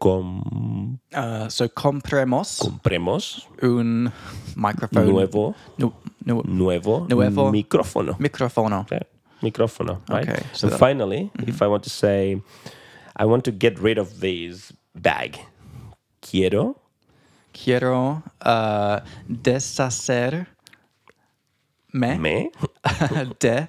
Speaker 2: Com-
Speaker 1: Uh, so compremos
Speaker 2: compremos
Speaker 1: un microphone.
Speaker 2: nuevo,
Speaker 1: Nu- nu-
Speaker 2: nuevo,
Speaker 1: Nuevo.
Speaker 2: micrófono.
Speaker 1: microfono.
Speaker 2: Okay. Micrófono, right?
Speaker 1: Okay, so Mm-hmm.
Speaker 2: and
Speaker 1: that-
Speaker 2: finally, if I want to say, I want to get rid of this bag. Quiero
Speaker 1: Quiero uh, deshacer me
Speaker 2: me
Speaker 1: de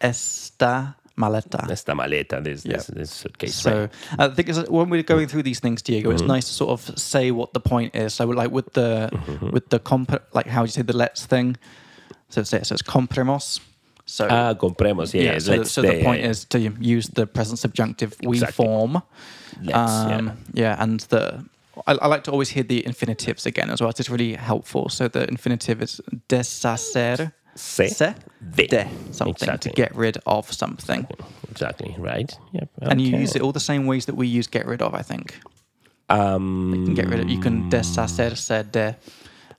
Speaker 1: esta maleta.
Speaker 2: esta maleta, this,
Speaker 1: Yeah.
Speaker 2: this, this suitcase.
Speaker 1: So uh, I think it's, when we're going through these things, Diego, it's nice to sort of say what the point is. So like with the with the comp, like how you say the let's thing. So it's, so it's compremos. So
Speaker 2: Ah, compremos. Yeah,
Speaker 1: yeah.
Speaker 2: yeah,
Speaker 1: so the,
Speaker 2: let's
Speaker 1: so the
Speaker 2: say-
Speaker 1: point is to use the present subjunctive we
Speaker 2: Exactly.
Speaker 1: form. Um,
Speaker 2: Let's, yeah.
Speaker 1: yeah. and the. I, I like to always hear the infinitives again as well. It's just really helpful. So the infinitive is deshacer
Speaker 2: se,
Speaker 1: se,
Speaker 2: de.
Speaker 1: de something
Speaker 2: Exactly.
Speaker 1: to get rid of something.
Speaker 2: Exactly, right? Yep.
Speaker 1: And you
Speaker 2: okay.
Speaker 1: use it all the same ways that we use get rid of, I think.
Speaker 2: Um,
Speaker 1: You can get rid of you can deshacerse de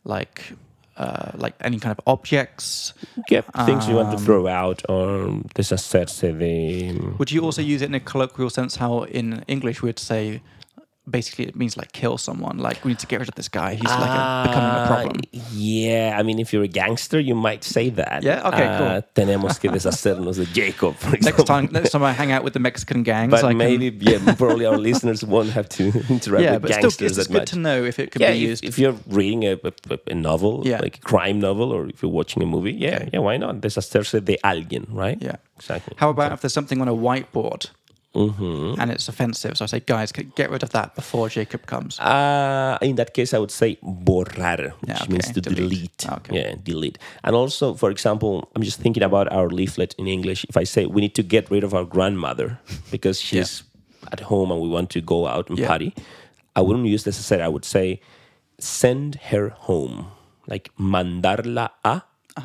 Speaker 1: like uh, like any kind of objects.
Speaker 2: yep, things you want
Speaker 1: Um,
Speaker 2: to throw out or deshacerse de.
Speaker 1: Would you also use it in a colloquial sense how in English we'd say basically it means like kill someone, like we need to get rid of this guy, he's like a, becoming a
Speaker 2: Uh,
Speaker 1: problem.
Speaker 2: Yeah, I mean, if you're a gangster, you might say that.
Speaker 1: Yeah, okay,
Speaker 2: Uh,
Speaker 1: cool.
Speaker 2: Tenemos que deshacernos de Jacob, for
Speaker 1: Next
Speaker 2: example.
Speaker 1: time next time I hang out with the Mexican gangs,
Speaker 2: But
Speaker 1: I can-
Speaker 2: maybe, yeah, probably our listeners won't have to interact
Speaker 1: yeah,
Speaker 2: with
Speaker 1: but still,
Speaker 2: gangsters
Speaker 1: it's just
Speaker 2: that
Speaker 1: good
Speaker 2: much.
Speaker 1: to know if it could
Speaker 2: yeah,
Speaker 1: be
Speaker 2: if-
Speaker 1: used.
Speaker 2: If, you're reading a, a, a- a novel,
Speaker 1: Yeah.
Speaker 2: like a crime novel, or if you're watching a movie, yeah,
Speaker 1: Okay.
Speaker 2: yeah, why not? Deshacerse de alguien, right?
Speaker 1: Yeah.
Speaker 2: exactly.
Speaker 1: How about if there's something on a whiteboard
Speaker 2: Mm-hmm.
Speaker 1: and it's offensive? So I say, guys, c- get rid of that before Jacob comes.
Speaker 2: Uh, in that case, I would say borrar, which
Speaker 1: Yeah, okay,
Speaker 2: means to delete.
Speaker 1: delete. Ah, Okay.
Speaker 2: Yeah, delete. And also, for example, I'm just thinking about our leaflet in English. If I say we need to get rid of our grandmother because she's at home and we want to go out and
Speaker 1: Yeah.
Speaker 2: party, I wouldn't use this as I would say send her home, like mandarla a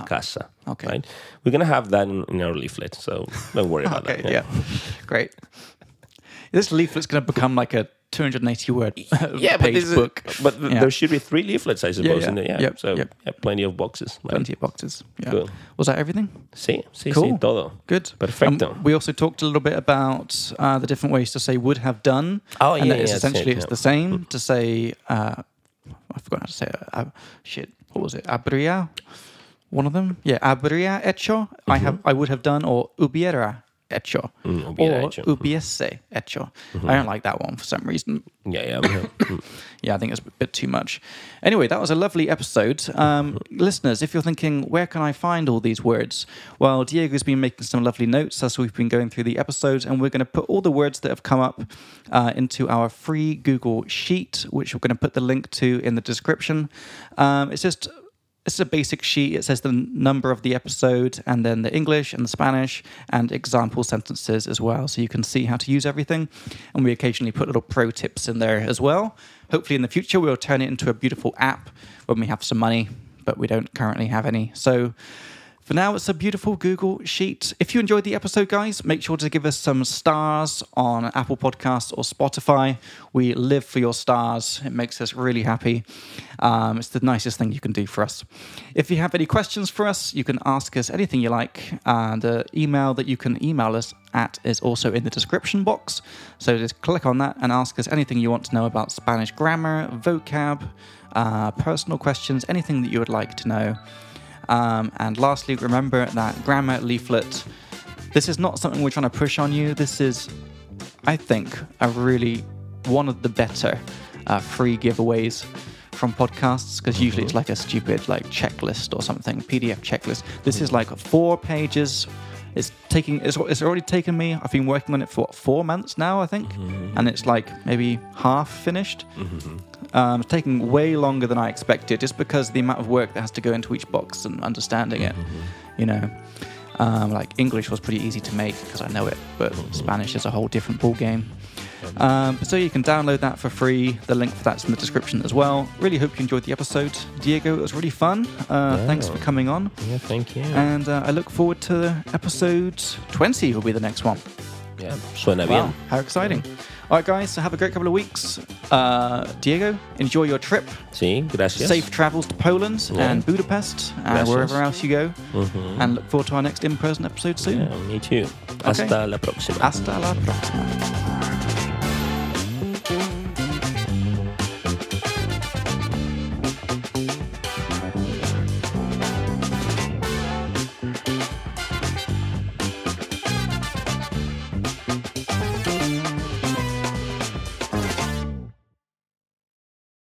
Speaker 2: casa.
Speaker 1: Uh-huh. Okay.
Speaker 2: Right? We're going to have that in, in our leaflet, so don't worry about
Speaker 1: Okay,
Speaker 2: that.
Speaker 1: yeah. Great. This leaflet's going to become like a 280 word
Speaker 2: yeah, but,
Speaker 1: page
Speaker 2: this is- Uh,
Speaker 1: book.
Speaker 2: but th-
Speaker 1: Yeah.
Speaker 2: there should be three leaflets, I suppose.
Speaker 1: yeah.
Speaker 2: In there. yeah.
Speaker 1: Yep,
Speaker 2: so
Speaker 1: yep.
Speaker 2: yeah, plenty of boxes. right?
Speaker 1: Plenty of boxes. Yeah.
Speaker 2: Cool.
Speaker 1: Was that everything?
Speaker 2: Sí, sí,
Speaker 1: Cool.
Speaker 2: sí, todo.
Speaker 1: Good.
Speaker 2: Perfecto.
Speaker 1: Um, we also talked a little bit about uh, the different ways to say would have done.
Speaker 2: Oh,
Speaker 1: and
Speaker 2: yeah,
Speaker 1: that it's
Speaker 2: yeah, that's it,
Speaker 1: essentially it's
Speaker 2: yeah.
Speaker 1: the same to say, uh, I forgot how to say it. Uh, shit, what was it? Abria? One of them? Yeah, abria hecho. I have, I would have done, or hubiera hecho.
Speaker 2: Mm-hmm. Mm, hubiera
Speaker 1: or
Speaker 2: hecho. Mm-hmm.
Speaker 1: hubiese hecho. I don't like that one for some reason.
Speaker 2: Yeah, yeah. we have- mm.
Speaker 1: Yeah, I think it's a bit too much. Anyway, that was a lovely episode. Um, listeners, if you're thinking, where can I find all these words? Well, Diego's been making some lovely notes as we've been going through the episodes, and we're going to put all the words that have come up uh, into our free Google Sheet, which we're going to put the link to in the description. Um, it's just it's a basic sheet. It says the number of the episode and then the English and the Spanish and example sentences as well. So you can see how to use everything. And we occasionally put little pro tips in there as well. Hopefully, in the future, we'll turn it into a beautiful app when we have some money, but we don't currently have any. So for now, it's a beautiful Google Sheet. If you enjoyed the episode, guys, make sure to give us some stars on Apple Podcasts or Spotify. We live for your stars, it makes us really happy. Um, it's the nicest thing you can do for us. If you have any questions for us, you can ask us anything you like. Uh, the email that you can email us at is also in the description box. So just click on that and ask us anything you want to know about Spanish grammar, vocab, uh, personal questions, anything that you would like to know. Um, and lastly, remember that grammar leaflet. This is not something we're trying to push on you. This is, I think, a really one of the better uh, free giveaways from podcasts because usually it's like a stupid like checklist or something PDF checklist. This is like four pages. It's taking. It's, it's already taken me. I've been working on it for what, four months now, I think, and it's like maybe half finished.
Speaker 2: Mm-hmm.
Speaker 1: Um, it's taking way longer than I expected, just because of the amount of work that has to go into each box and understanding it.
Speaker 2: Mm-hmm.
Speaker 1: You know, um, like English was pretty easy to make because I know it, but Spanish is a whole different ball game. Um, so you can download that for free. The link for that's in the description as well. Really hope you enjoyed the episode, Diego. It was really fun. Uh, Thanks for coming on,
Speaker 2: yeah, thank you.
Speaker 1: and uh, I look forward to episode 20. Will be the next one.
Speaker 2: yeah, suena
Speaker 1: Wow,
Speaker 2: bien.
Speaker 1: how exciting! All right, guys. So have a great couple of weeks. Uh, Diego, enjoy your trip.
Speaker 2: Sí, gracias.
Speaker 1: Safe travels to Poland
Speaker 2: Yeah.
Speaker 1: and Budapest and
Speaker 2: Gracias.
Speaker 1: wherever else you go.
Speaker 2: Mm-hmm.
Speaker 1: And look forward to our next in person episode soon.
Speaker 2: Yeah, me too. Hasta la próxima.
Speaker 1: Hasta la próxima.